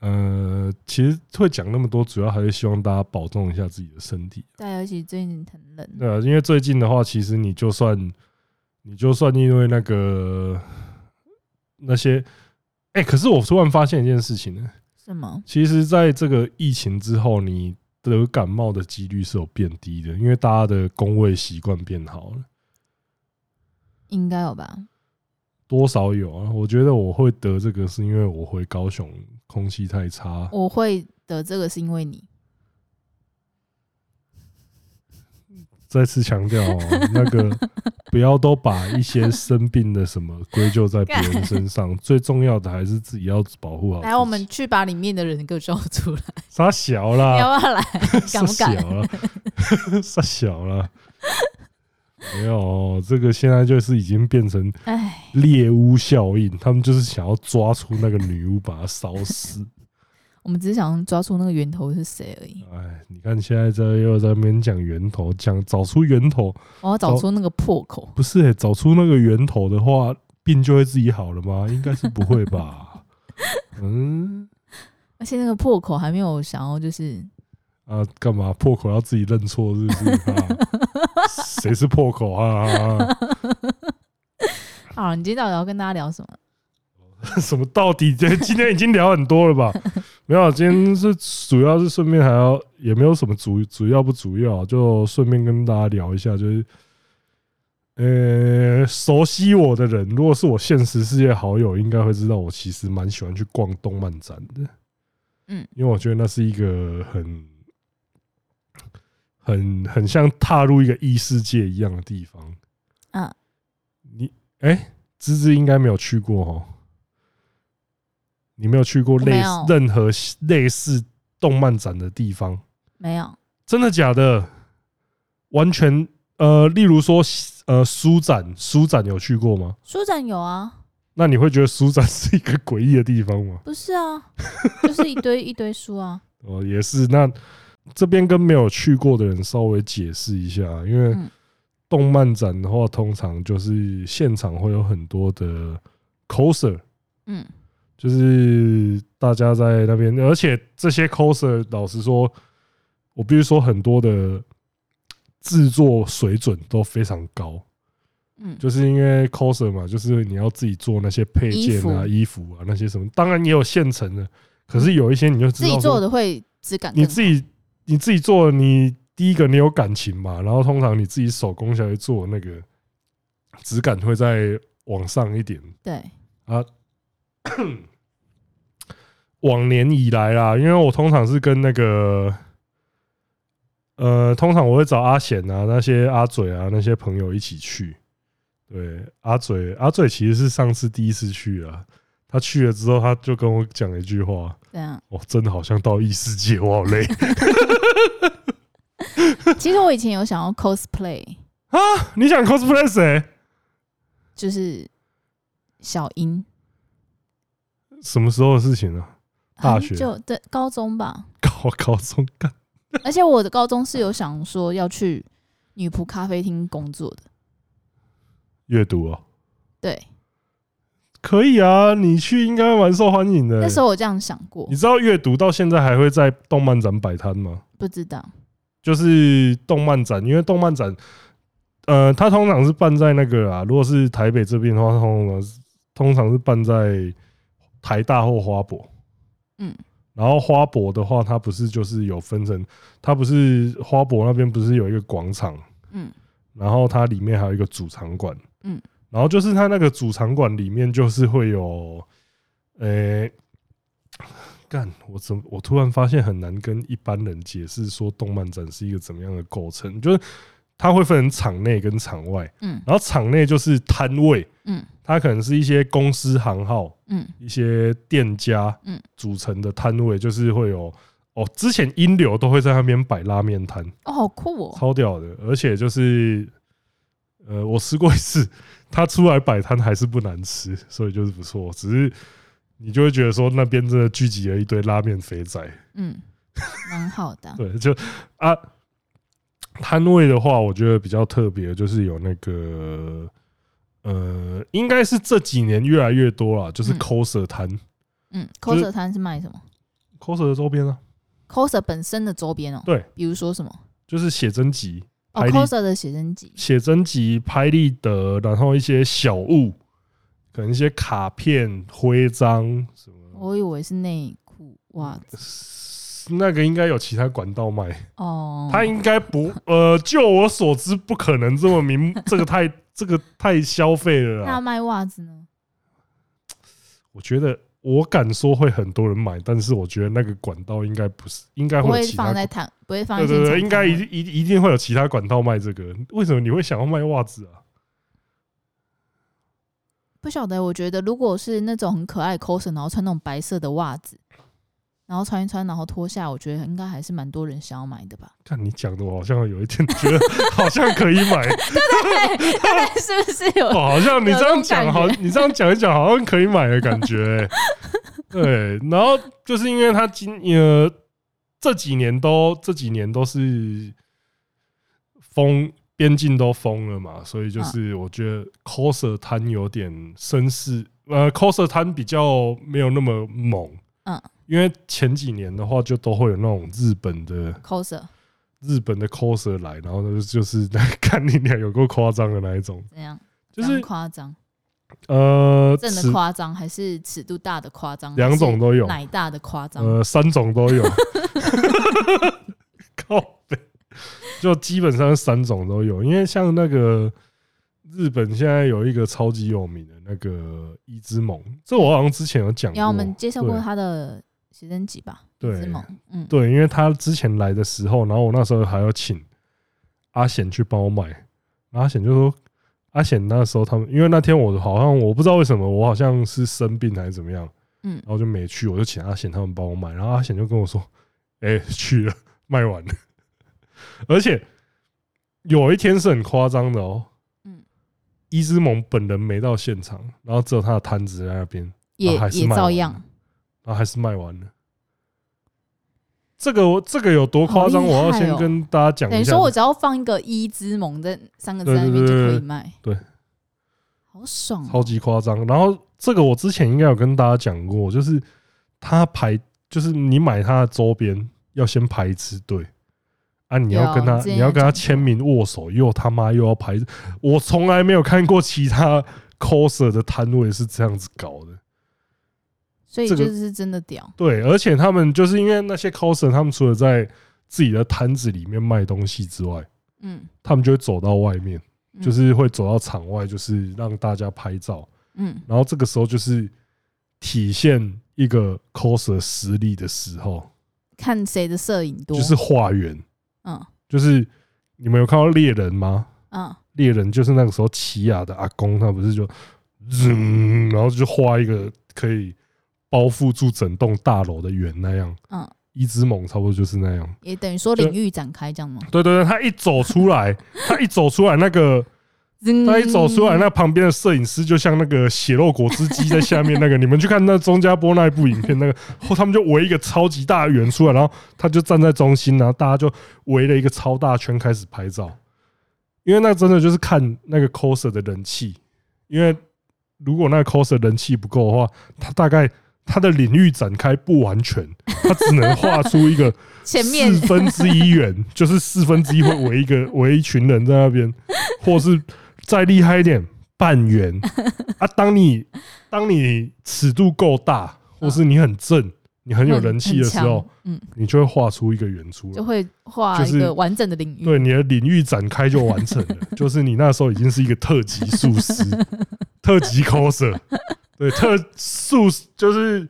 Speaker 1: 呃，其实会讲那么多，主要还是希望大家保重一下自己的身体。
Speaker 2: 大家一起最近很冷，
Speaker 1: 对啊，因为最近的话，其实你就算你就算因为那个那些，哎、可是我突然发现一件事情呢，
Speaker 2: 是吗？
Speaker 1: 其实在这个疫情之后，你得感冒的几率是有变低的，因为大家的工位习惯变好了。
Speaker 2: 应该有吧？
Speaker 1: 多少有啊。我觉得我会得这个，是因为我回高雄空气太差。
Speaker 2: 我会得这个是因为你，
Speaker 1: 再次强调
Speaker 2: <laughs>
Speaker 1: 哦，那个不要都把一些生病的什么归咎在别人身上，最重要的还是自己要保护好自己。
Speaker 2: 来，我们去把里面的人给我叫出来，
Speaker 1: 傻小
Speaker 2: 你
Speaker 1: 啦，
Speaker 2: 要不要来？敢不
Speaker 1: 傻
Speaker 2: 敢
Speaker 1: 小啦， <laughs> 傻小啦。没有哦，这个现在就是已经变成
Speaker 2: 哎，
Speaker 1: 猎巫效应，他们就是想要抓出那个女巫，把她烧死。
Speaker 2: 我们只是想抓出那个源头是谁而已。
Speaker 1: 哎，你看现在这又在那边讲源头，讲找出源头，
Speaker 2: 我要找出那个破口。
Speaker 1: 不是、欸、找出那个源头的话，病就会自己好了吗？应该是不会吧？嗯
Speaker 2: 而且那个破口还没有想要，就是
Speaker 1: 啊，干嘛破口要自己认错是不是？啊谁是破口啊？啊
Speaker 2: 啊，你今天到底要跟大家聊什么？
Speaker 1: 啊什么到底？这今天已经聊很多了吧？没有，啊今天是主要是顺便还要也没有什么主主要不主要，啊就顺便跟大家聊一下，就是呃，熟悉我的人，如果是我现实世界好友，应该会知道我其实蛮喜欢去逛动漫展的。
Speaker 2: 嗯，
Speaker 1: 因为我觉得那是一个很很很像踏入一个异世界一样的地方。
Speaker 2: 嗯，
Speaker 1: 你哎、芝芝应该没有去过哦，你没有去过
Speaker 2: 我没
Speaker 1: 类似
Speaker 2: 有
Speaker 1: 任何类似动漫展的地方，
Speaker 2: 没有，
Speaker 1: 真的假的？完全呃，例如说呃，书展，书展有去过吗？
Speaker 2: 书展有啊，
Speaker 1: 那你会觉得书展是一个诡异的地方吗？
Speaker 2: 不
Speaker 1: <laughs>
Speaker 2: 是啊，就是一堆一堆书啊。
Speaker 1: 哦，也是。那这边跟没有去过的人稍微解释一下，因为
Speaker 2: 嗯
Speaker 1: 动漫展的话，通常就是现场会有很多的 coser，
Speaker 2: 嗯，
Speaker 1: 就是大家在那边，而且这些 coser，老实说，我必须说很多的制作水准都非常高。
Speaker 2: 嗯，
Speaker 1: 就是因为 coser 嘛，就是你要自己做那些配件啊、衣服啊那些什么，当然也有现成的，可是有一些你就知
Speaker 2: 自
Speaker 1: 道
Speaker 2: 己
Speaker 1: 说
Speaker 2: 做的会质感
Speaker 1: 你
Speaker 2: 更
Speaker 1: 自己你自己做，你第一个你有感情嘛，然后通常你自己手工下去做那个质感会再往上一点。
Speaker 2: 对，
Speaker 1: 往年以来啦，因为我通常是跟那个呃，通常我会找阿贤啊、那些阿嘴啊那些朋友一起去。对，阿嘴阿嘴其实是上次第一次去啊，他去了之后他就跟我讲了一句话，
Speaker 2: 这样。
Speaker 1: 我、真的好像到异世界，我好累。 <laughs>
Speaker 2: 其实我以前有想要 cosplay，
Speaker 1: 你想 cosplay 谁？
Speaker 2: 就是小樱，
Speaker 1: 什么时候的事情啊？大学
Speaker 2: 很久对高中吧，
Speaker 1: <laughs> 高高中干
Speaker 2: 而且我的高中是有想说要去女仆咖啡厅工作的，
Speaker 1: 阅读哦，
Speaker 2: 对，
Speaker 1: 可以啊，你去应该蛮受欢迎的。
Speaker 2: 那时候我这样想过
Speaker 1: 你，知道阅读到现在还会在动漫展摆摊吗？
Speaker 2: 不知道，
Speaker 1: 就是动漫展，因为动漫展，呃，它通常是办在那个啊，如果是台北这边的话，它通常是通常是办在台大或花博。
Speaker 2: 嗯，
Speaker 1: 然后花博的话，它不是就是有分成，它不是花博那边不是有一个广场，
Speaker 2: 嗯
Speaker 1: 然后它里面还有一个主场馆，
Speaker 2: 嗯，
Speaker 1: 然后就是它那个主场馆里面就是会有，呃、干，我怎么我突然发现很难跟一般人解释说动漫展是一个怎么样的构成，就是它会分成场内跟场外，
Speaker 2: 嗯
Speaker 1: 然后场内就是摊位，
Speaker 2: 嗯
Speaker 1: 它可能是一些公司行号，
Speaker 2: 嗯
Speaker 1: 一些店家
Speaker 2: 嗯
Speaker 1: 组成的摊位，就是会有哦，之前英流都会在那边摆拉面摊，
Speaker 2: 哦，好酷哦，
Speaker 1: 超屌的，而且就是，呃，我吃过一次，他出来摆摊还是不难吃，所以就是不错。只是你就会觉得说那边真的聚集了一堆拉面肥仔，，
Speaker 2: 嗯，蛮好的
Speaker 1: <laughs> 对，就啊，摊位的话，我觉得比较特别，就是有那个，呃，应该是这几年越来越多了，就是
Speaker 2: 嗯
Speaker 1: coser 摊、
Speaker 2: 嗯
Speaker 1: 就是
Speaker 2: ，coser 摊是卖什么
Speaker 1: coser 的周边啊，
Speaker 2: ？coser 本身的周边哦，
Speaker 1: 对，
Speaker 2: 比如说什么
Speaker 1: 就是写真集、
Speaker 2: 哦
Speaker 1: 拍立
Speaker 2: ，coser 的写真集，
Speaker 1: 写真集、拍立得，然后一些小物，可能一些卡片、徽章什么，
Speaker 2: 我以为是内裤袜子
Speaker 1: 那个应该有其他管道卖。
Speaker 2: 哦，
Speaker 1: <laughs> 他应该不，呃，就我所知，不可能这么明，这个太这个太消费了
Speaker 2: 那
Speaker 1: 啦。
Speaker 2: 卖袜子呢？
Speaker 1: 我觉得我敢说会很多人买，但是我觉得那个管道应该不是，应该
Speaker 2: 不
Speaker 1: 会
Speaker 2: 会
Speaker 1: 有其他
Speaker 2: 放。在摊，不会放在
Speaker 1: 对对
Speaker 2: 现场
Speaker 1: 对，应该一
Speaker 2: 摊位
Speaker 1: 一一定会有其他管道卖这个。为什么你会想要卖袜子啊？？
Speaker 2: 不晓得。我觉得如果是那种很可爱的 coser，然后穿那种白色的袜子，然后穿一穿，然后脱下，我觉得应该还是蛮多人想要买的吧 <laughs>
Speaker 1: 看你讲的，我好像有一点觉得 <laughs> 好像可以买，
Speaker 2: 对，大概是 <laughs> 不是有？
Speaker 1: 哦，好像你
Speaker 2: 有
Speaker 1: 这样
Speaker 2: 这种
Speaker 1: 讲，
Speaker 2: 感
Speaker 1: 好，
Speaker 2: 觉 <laughs>
Speaker 1: 你这样讲一讲，好像可以买的感觉、欸。对，然后就是因为他今呃这几年都这几年都是封边境都封了嘛，所以
Speaker 2: 嗯
Speaker 1: 就是我觉得 coser 摊有点绅士，呃，coser 摊比较没有那么猛，
Speaker 2: 嗯，
Speaker 1: 因为前几年的话就都会有那种日本的
Speaker 2: coser
Speaker 1: 日本的 coser 来，然后呢就是 <laughs> 那看你俩有够夸张的那一种，
Speaker 2: 怎样？
Speaker 1: 就
Speaker 2: 怎样
Speaker 1: 是
Speaker 2: 夸张，
Speaker 1: 呃
Speaker 2: 正的
Speaker 1: 尺
Speaker 2: 夸张还是尺度大的夸张？
Speaker 1: 两种都有
Speaker 2: 还是奶大的夸张？
Speaker 1: 呃，三种都
Speaker 2: <laughs>
Speaker 1: 有，靠北，就基本上是三种都有。因为像那个日本现在有一个超级有名的那个伊之盟，这我好像之前有讲过，
Speaker 2: 啊然后我们介绍过
Speaker 1: 对
Speaker 2: 他的写真集吧，
Speaker 1: 对
Speaker 2: 之猛，嗯，
Speaker 1: 对，因为他之前来的时候，然后我那时候还要请阿显去帮我买，然后阿显就说，阿显那时候他们，因为那天我好像我不知道为什么，我好像是生病还是怎么样，
Speaker 2: 嗯
Speaker 1: 然后就没去，我就请阿显他们帮我买，然后阿显就跟我说，哎、去了，卖完了， <laughs> 而且有一天是很夸张的哦，
Speaker 2: 嗯
Speaker 1: 伊之蒙本人没到现场，然后只有他的摊子在那边，
Speaker 2: 也
Speaker 1: 然啊后还是
Speaker 2: 也
Speaker 1: 卖
Speaker 2: 照
Speaker 1: 完
Speaker 2: 样
Speaker 1: 了，然后还是卖完了。这个我这个有多夸张？
Speaker 2: 好厉
Speaker 1: 我
Speaker 2: 害哦
Speaker 1: 要先跟大家讲
Speaker 2: 等
Speaker 1: 一
Speaker 2: 于
Speaker 1: 下
Speaker 2: 说。我只要放一个“一之盟”的三个字
Speaker 1: 对
Speaker 2: 在那
Speaker 1: 对
Speaker 2: 边就
Speaker 1: 对
Speaker 2: 可以
Speaker 1: 对
Speaker 2: 卖，
Speaker 1: 对，
Speaker 2: 好爽哦，
Speaker 1: 超级夸张。然后这个我之前应该有跟大家讲过，就是他排，就是你买他的周边要先排一次队啊，你
Speaker 2: 有
Speaker 1: 要跟他
Speaker 2: 之前
Speaker 1: 你要跟他
Speaker 2: 有讲过
Speaker 1: 签名握手，又他妈又要排，我从来没有看过其他 coser 的摊位是这样子搞的。
Speaker 2: 所以
Speaker 1: 这个
Speaker 2: 就是真的屌，
Speaker 1: 对，而且他们就是因为那些 coser，他们除了在自己的摊子里面卖东西之外，
Speaker 2: 嗯，
Speaker 1: 他们就会走到外面，
Speaker 2: 嗯
Speaker 1: 就是会走到场外，就是让大家拍照。
Speaker 2: 嗯
Speaker 1: 然后这个时候就是体现一个 coser 实力的时候，
Speaker 2: 看谁的摄影多，
Speaker 1: 就是化缘。
Speaker 2: 嗯
Speaker 1: 就是你们有看到猎人吗？
Speaker 2: 嗯
Speaker 1: 猎人就是那个时候奇亚的阿公，他不是就，嗯，然后就画一个可以包覆住整栋大楼的圆那样。
Speaker 2: 嗯，
Speaker 1: 伊之猛差不多就是那样。
Speaker 2: 也等于说
Speaker 1: 就
Speaker 2: 领域展开这样吗？
Speaker 1: 对对对，他一走出来，他一走出来，那个
Speaker 2: 嗯
Speaker 1: 他一走出来，那旁边的摄影师就像那个血肉果汁机在下面那个，你们去看那钟家波那一部影片，那个 <laughs> 后他们就围一个超级大的圆出来，然后他就站在中心，然后大家就围了一个超大圈开始拍照，因为那真的就是看那个 coser 的人气，因为如果那个 coser 人气不够的话，他大概他的领域展开不完全，他只能画出一个
Speaker 2: 前面
Speaker 1: 四分之一
Speaker 2: <laughs>
Speaker 1: 远，就是四分之一会围一个 <laughs> 围一群人在那边，或是再厉害一点半
Speaker 2: <laughs>
Speaker 1: 圆啊。当你当你尺度够大，或是你很正，你很有人气的时候，，
Speaker 2: 嗯很很强
Speaker 1: 你就会画出一个圆出
Speaker 2: 嗯，
Speaker 1: 来
Speaker 2: 就。会画
Speaker 1: 就
Speaker 2: 一
Speaker 1: 是
Speaker 2: 个完整的领域，
Speaker 1: 对，你的领域展开就完成
Speaker 2: <laughs>
Speaker 1: 了，就是你那时候已经是一个特级术师，特级 coser，对，特术就是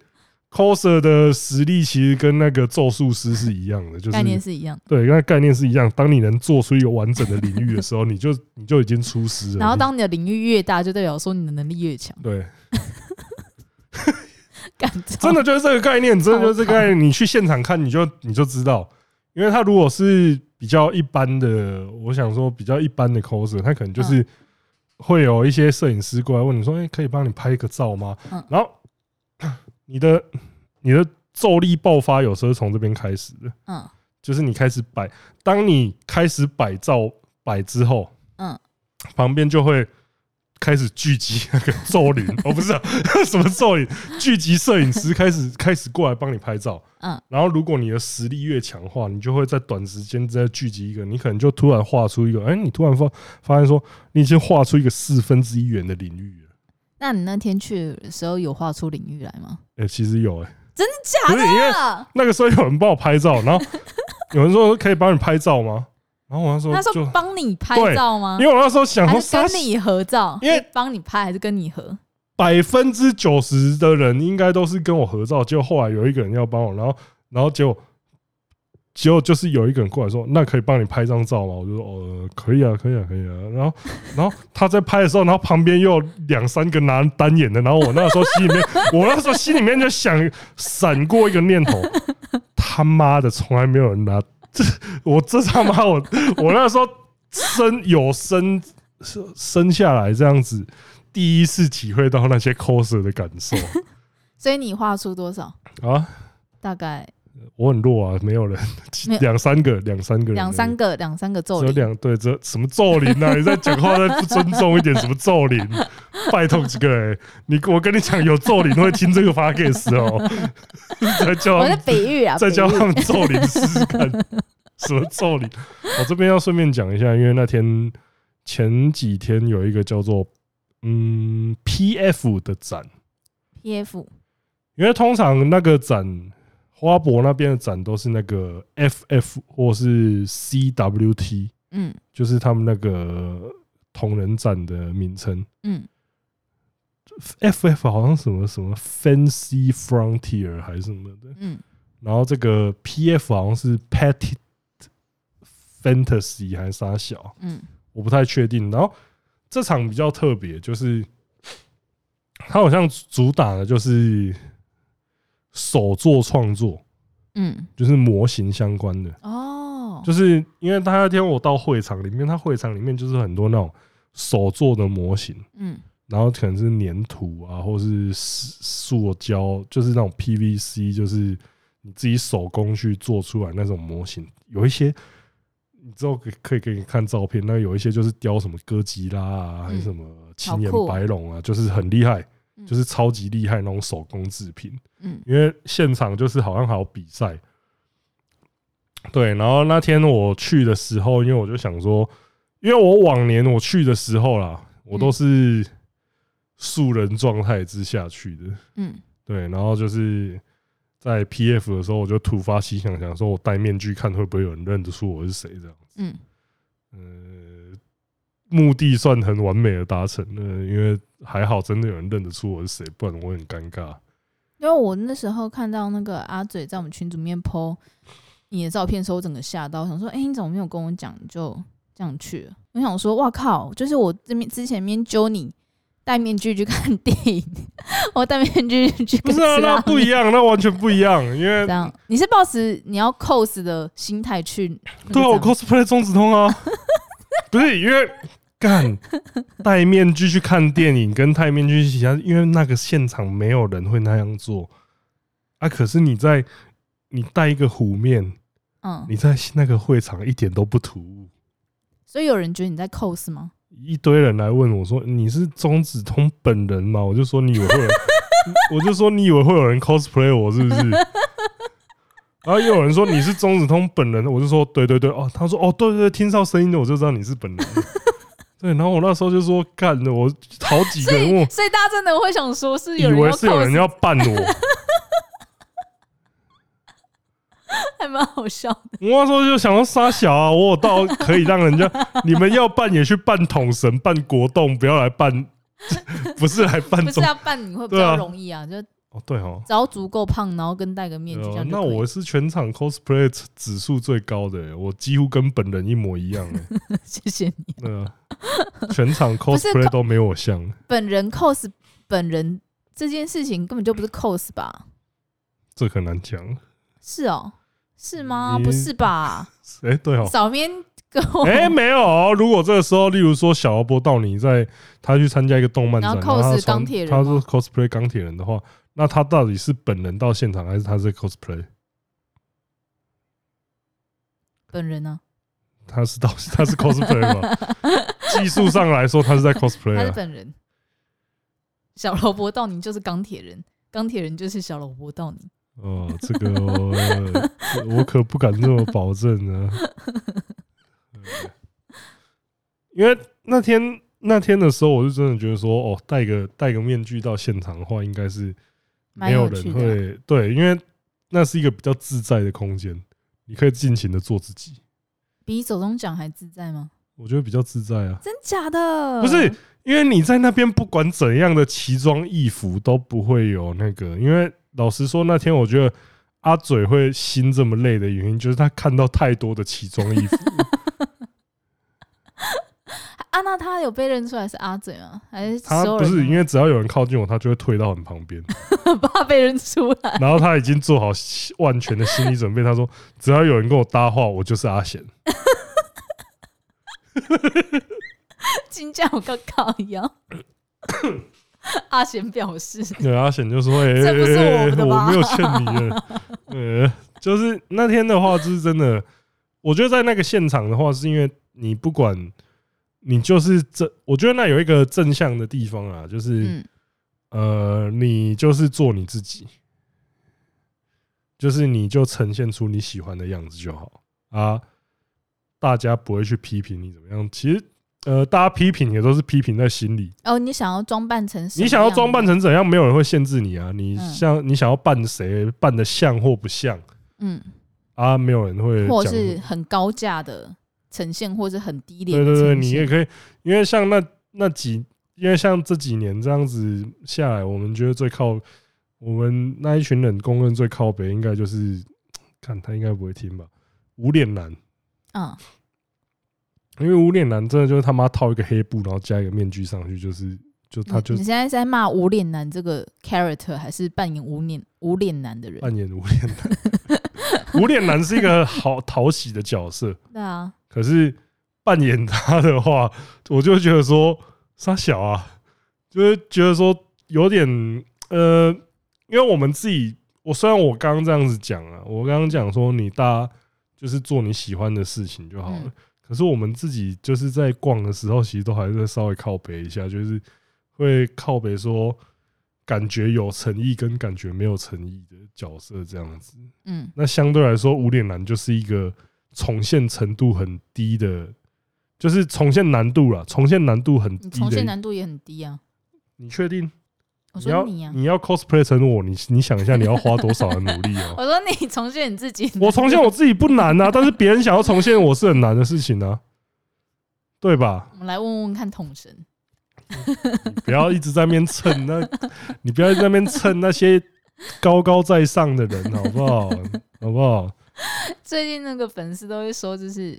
Speaker 1: coser 的实力其实跟那个咒术师是一样的，就是
Speaker 2: 概念是一样。
Speaker 1: 对，跟概念是一样。当你能做出一个完整的领域的时候，你就你就已经出师了。
Speaker 2: 然后当你的领域越大，就代表说你的能力越
Speaker 1: <laughs>
Speaker 2: 强。
Speaker 1: 对，
Speaker 2: 干
Speaker 1: 真的就是这个概念，真的就是这个概念。你去现场看，你就你就知道，因为他如果是比较一般的，我想说比较一般的 coser，他可能
Speaker 2: 嗯
Speaker 1: 就是会有一些摄影师过来问你说：“哎、可以帮你拍一个照吗？”
Speaker 2: 嗯
Speaker 1: 然后 <clears throat> 你的你的咒力爆发有时候是从这边开始的，
Speaker 2: 嗯
Speaker 1: 就是你开始摆，当你开始摆照摆之后，
Speaker 2: 嗯，
Speaker 1: 旁边就会开始聚集那个咒
Speaker 2: <laughs>
Speaker 1: 灵，哦，不是、啊、 <laughs> 什么咒灵，聚集摄影师开始 <laughs> 开始过来帮你拍照。
Speaker 2: 嗯，
Speaker 1: 然后如果你的实力越强化，你就会在短时间之内聚集一个，你可能就突然画出一个，哎、你突然发发现说你已经画出一个四分之一元的领域了。
Speaker 2: 那你那天去的时候有画出领域来吗？
Speaker 1: 哎、其实有哎、
Speaker 2: 真的假
Speaker 1: 不是因为
Speaker 2: 的？
Speaker 1: 那个时候有人帮我拍照，然后有人说可以帮你拍照吗？然后我那时候
Speaker 2: 他
Speaker 1: 就
Speaker 2: 说帮你拍
Speaker 1: 对
Speaker 2: 照吗
Speaker 1: 因？为我那时候想说
Speaker 2: 还是
Speaker 1: 三
Speaker 2: 跟你合照？
Speaker 1: 因为
Speaker 2: 是帮你拍还是跟你合？
Speaker 1: 百分之九十的人应该都是跟我合照，结果后来有一个人要帮我，然后然后结果结果就是有一个人过来说，那可以帮你拍张照吗？我就说哦、呃可以啊，可以啊，可以啊。然后然后他在拍的时候，然后旁边又有两三个拿单眼的，然后我那时候心里面，我那时候心里面就想闪过一个念头，他妈的，从来没有人拿 <laughs> 这，我这他妈我我那时候生有生
Speaker 2: <laughs>
Speaker 1: 生下来这样子。第一次体会到那些 coser 的感受，
Speaker 2: 所以你画出多少？
Speaker 1: 啊，
Speaker 2: 大概
Speaker 1: 我很弱啊，没有人
Speaker 2: 没有，
Speaker 1: 两三个，两三个人而已，
Speaker 2: 两三个，两三个咒
Speaker 1: 只有
Speaker 2: 灵。
Speaker 1: 两对，只有什么咒灵
Speaker 2: <laughs>
Speaker 1: 啊？你在讲话再不尊重一点，什么咒灵？拜托几个人，你我跟你讲，有咒灵会听这个 podcast 哦，
Speaker 2: <laughs>
Speaker 1: 再叫
Speaker 2: 我
Speaker 1: 他
Speaker 2: 在
Speaker 1: 们
Speaker 2: 比喻啊，
Speaker 1: 再
Speaker 2: 比
Speaker 1: 叫
Speaker 2: 喻
Speaker 1: 他们咒灵试试看，
Speaker 2: <laughs>
Speaker 1: 什么咒灵？我这边要顺便讲一下，因为那天前几天有一个叫做嗯 PF 的展，
Speaker 2: PF
Speaker 1: 因为通常那个展花博那边的展都是那个 FF 或是 CWT。
Speaker 2: 嗯
Speaker 1: 就是他们那个同人展的名称
Speaker 2: 嗯，
Speaker 1: ，FF 好像什么什么 Fancy Frontier 还是什么的，
Speaker 2: 嗯
Speaker 1: 然后这个 PF 好像是 Petit Fantasy 还是啥小，
Speaker 2: 嗯
Speaker 1: 我不太确定。然后这场比较特别，就是它好像主打的就是手作创作，
Speaker 2: 嗯，
Speaker 1: 就是模型相关的。
Speaker 2: 哦，
Speaker 1: 就是因为他那天我到会场里面，他会场里面就是很多那种手做的模型，
Speaker 2: 嗯
Speaker 1: 然后可能是粘土啊，或是塑塑胶，就是那种 PVC，就是你自己手工去做出来那种模型。有一些你之后可以可以给你看照片，那有一些就是雕什么哥吉拉啊，还是什么青眼
Speaker 2: 嗯好酷哦
Speaker 1: 白龙啊，就是很厉害
Speaker 2: 嗯，
Speaker 1: 就是超级厉害那种手工制品。
Speaker 2: 嗯
Speaker 1: 因为现场就是好像还有比赛。对，然后那天我去的时候，因为我就想说，因为我往年我去的时候啦，我都是素人状态之下去的。
Speaker 2: 嗯
Speaker 1: 对，然后就是在 PF 的时候，我就突发奇想，想说我戴面具看会不会有人认得出我是谁这样。
Speaker 2: 嗯
Speaker 1: 呃，目的算很完美的达成了，因为还好真的有人认得出我是谁，不然我会很尴尬。
Speaker 2: 因为我那时候看到那个阿嘴在我们群组里面 PO 你的照片的时候，我整个吓到，想说，哎、你怎么没有跟我讲你就这样去了？我想说，哇靠，就是我这边之前面揪你戴面具去看电影，我戴面具去
Speaker 1: 不
Speaker 2: 跟
Speaker 1: 是啊，
Speaker 2: <laughs> 吃
Speaker 1: 那
Speaker 2: 拉
Speaker 1: 不一
Speaker 2: 面
Speaker 1: 样，那完全不一样，因为
Speaker 2: 这样，你是抱持你要 cos 的心态去那个
Speaker 1: 对啊，我
Speaker 2: 展
Speaker 1: cosplay 中指通
Speaker 2: <laughs>
Speaker 1: 啊，不是因为干戴面具去看电影跟戴面具去其他，因为那个现场没有人会那样做啊。可是你在你戴一个虎面，
Speaker 2: 嗯，
Speaker 1: 你在那个会场一点都不突兀。
Speaker 2: 所以有人觉得你在 cos 吗？
Speaker 1: 一堆人来问我说：“你是中指通本人吗？”我就说：“你以为会有人， <laughs> 我就说你以为会有人 cosplay 我是不是？” <laughs> 然后又有人说：“你是中指通本人。”我就说：“对对对，哦。”他说：“哦，对对对，听到声音的我就知道你是本人。” <laughs> 对，然后我那时候就说：“干的，我好几个
Speaker 2: 所
Speaker 1: 人问
Speaker 2: 以
Speaker 1: 我，
Speaker 2: 所以大家真的会想说是
Speaker 1: 以
Speaker 2: 有人
Speaker 1: 为
Speaker 2: 要
Speaker 1: 是有
Speaker 2: cos，
Speaker 1: 人要扮我。” <laughs>
Speaker 2: 还蛮好笑的。
Speaker 1: 我那时候就想要杀小啊，我有到可以让人家 <laughs> 你们要扮也去扮统神、扮国栋，不要来扮， <laughs> 不是来扮
Speaker 2: 不是
Speaker 1: 中
Speaker 2: 要扮你会比
Speaker 1: 对啊
Speaker 2: 较容易啊，就
Speaker 1: 哦，对哦。
Speaker 2: 只要足够胖，然后跟戴个面具
Speaker 1: 对啊
Speaker 2: 这样就
Speaker 1: 那
Speaker 2: 可以
Speaker 1: 我是全场 cosplay 指指数最高的欸、我几乎跟本人一模一
Speaker 2: <laughs>
Speaker 1: 样、欸。
Speaker 2: <laughs> 谢谢你。
Speaker 1: 对啊，全场
Speaker 2: 是
Speaker 1: cosplay
Speaker 2: co-
Speaker 1: 都没我像，
Speaker 2: 本人 cos 本人这件事情根本就不是 cos 吧？
Speaker 1: 这很难讲。 <laughs>
Speaker 2: 是哦，是吗？
Speaker 1: 你
Speaker 2: 不是吧？
Speaker 1: 哎、对哦，
Speaker 2: 早面跟我，
Speaker 1: 哎、没有哦、如果这个时候，例如说小姚波到你在他去参加一个动漫展，
Speaker 2: 然后
Speaker 1: 然后他
Speaker 2: cos
Speaker 1: 穿
Speaker 2: 钢铁人
Speaker 1: 他
Speaker 2: 吗
Speaker 1: 是 cosplay 钢铁人的话，那他到底是本人到现场，还是他是 cosplay？
Speaker 2: <laughs> 本人呢、
Speaker 1: 他是到 <laughs> 他是 cosplay 吗？
Speaker 2: <laughs>
Speaker 1: 技术上来说，他是在 cosplay
Speaker 2: 他是
Speaker 1: 啊。
Speaker 2: 本人。小萝卜到你就是钢铁人，钢铁人就是小萝卜到你。
Speaker 1: 哦，这个我我 <laughs> 可不敢这么保证啊呢、因为那天那天的时候，我是真的觉得说，哦，戴个戴个面具到现场的话，应该是没
Speaker 2: 蛮
Speaker 1: 有
Speaker 2: 有
Speaker 1: 人
Speaker 2: 趣的啊
Speaker 1: 会对，因为那是一个比较自在的空间，你可以尽情的做自己，
Speaker 2: 比走中奖还自在吗？
Speaker 1: 我觉得比较自在啊。
Speaker 2: 真假的？
Speaker 1: 不是，因为你在那边不管怎样的奇装异服都不会有那个，因为老实说，那天我觉得阿嘴会心这么累的原因，就是他看到太多的奇装异服。
Speaker 2: 啊，那他有被认出来是阿嘴吗？还是
Speaker 1: 他
Speaker 2: 所有
Speaker 1: 不
Speaker 2: 人
Speaker 1: 是
Speaker 2: 都
Speaker 1: 因为只要有人靠近我，他就会退到很旁边，
Speaker 2: 很 <laughs> 怕被认出来？ <laughs>
Speaker 1: 然后他已经做好万全的心理准备。他说，只要有人跟我搭话，我就是阿贤。
Speaker 2: 金价我刚靠腰。阿贤表示，
Speaker 1: 对，阿显就说：“哎、
Speaker 2: 这不是我们的吧
Speaker 1: 我没有欠你
Speaker 2: <laughs>
Speaker 1: 的。”呃，就是那天的话，就是真的，我觉得在那个现场的话，是因为你不管你就是正，我觉得那有一个正向的地方啊，就是、
Speaker 2: 嗯，
Speaker 1: 呃，你就是做你自己，就是你就呈现出你喜欢的样子就好啊。大家不会去批评你怎么样，其实呃，大家批评也都是批评在心里，
Speaker 2: 哦，你想要装扮成什么
Speaker 1: 你想要
Speaker 2: 样
Speaker 1: 装扮
Speaker 2: 的，
Speaker 1: 成怎样，没有人会限制你啊。你
Speaker 2: 嗯
Speaker 1: 像你想要扮谁，扮的像或不像
Speaker 2: 嗯，
Speaker 1: 啊，没有人会
Speaker 2: 或者
Speaker 1: 讲
Speaker 2: 是很高价的呈现，或者很低
Speaker 1: 对
Speaker 2: 廉的
Speaker 1: 对对，
Speaker 2: 呈现，
Speaker 1: 你也可以，因为像那那几，因为像这几年这样子下来，我们觉得最靠我们那一群人公认最靠北，应该就是看他应该不会听吧，无脸男，
Speaker 2: 嗯，
Speaker 1: 因为无脸男真的就是他妈套一个黑布，然后加一个面具上去，就是就他
Speaker 2: 你
Speaker 1: 就
Speaker 2: 你现在是在骂无脸男这个 character，还是扮演无脸无脸男的人？
Speaker 1: 扮演无脸男。 <laughs> 无脸男是一个好讨喜的角色，
Speaker 2: 对啊，
Speaker 1: 可是扮演他的话，我就觉得说傻小啊，就是觉得说有点呃，因为我们自己，我虽然我刚刚这样子讲啊，我刚刚讲说你大家就是做你喜欢的事情就好了，
Speaker 2: 嗯
Speaker 1: 可是我们自己就是在逛的时候，其实都还是会稍微靠北一下，就是会靠北说。感觉有诚意跟感觉没有诚意的角色这样子，
Speaker 2: 嗯
Speaker 1: 那相对来说，无脸男就是一个重现程度很低的，就是重现难度啦，重现难度很
Speaker 2: 你
Speaker 1: 低
Speaker 2: 重现
Speaker 1: 的。
Speaker 2: 难度也很低啊。
Speaker 1: 你确定？
Speaker 2: 我
Speaker 1: 要
Speaker 2: 说你啊呀、
Speaker 1: 要 cosplay 成我，你你想一下，你要花多少的努力
Speaker 2: <laughs>
Speaker 1: 哦、
Speaker 2: 我说你重现你自己，
Speaker 1: 我重现我自己不难啊，但是别人想要重现我是很难的事情啊，对吧？
Speaker 2: 我们来问问看统神，
Speaker 1: 你不要一直在那边蹭那，你不要一直在那边蹭那些高高在上的人，好不好？好不好？
Speaker 2: 最近那个粉丝都会说，就是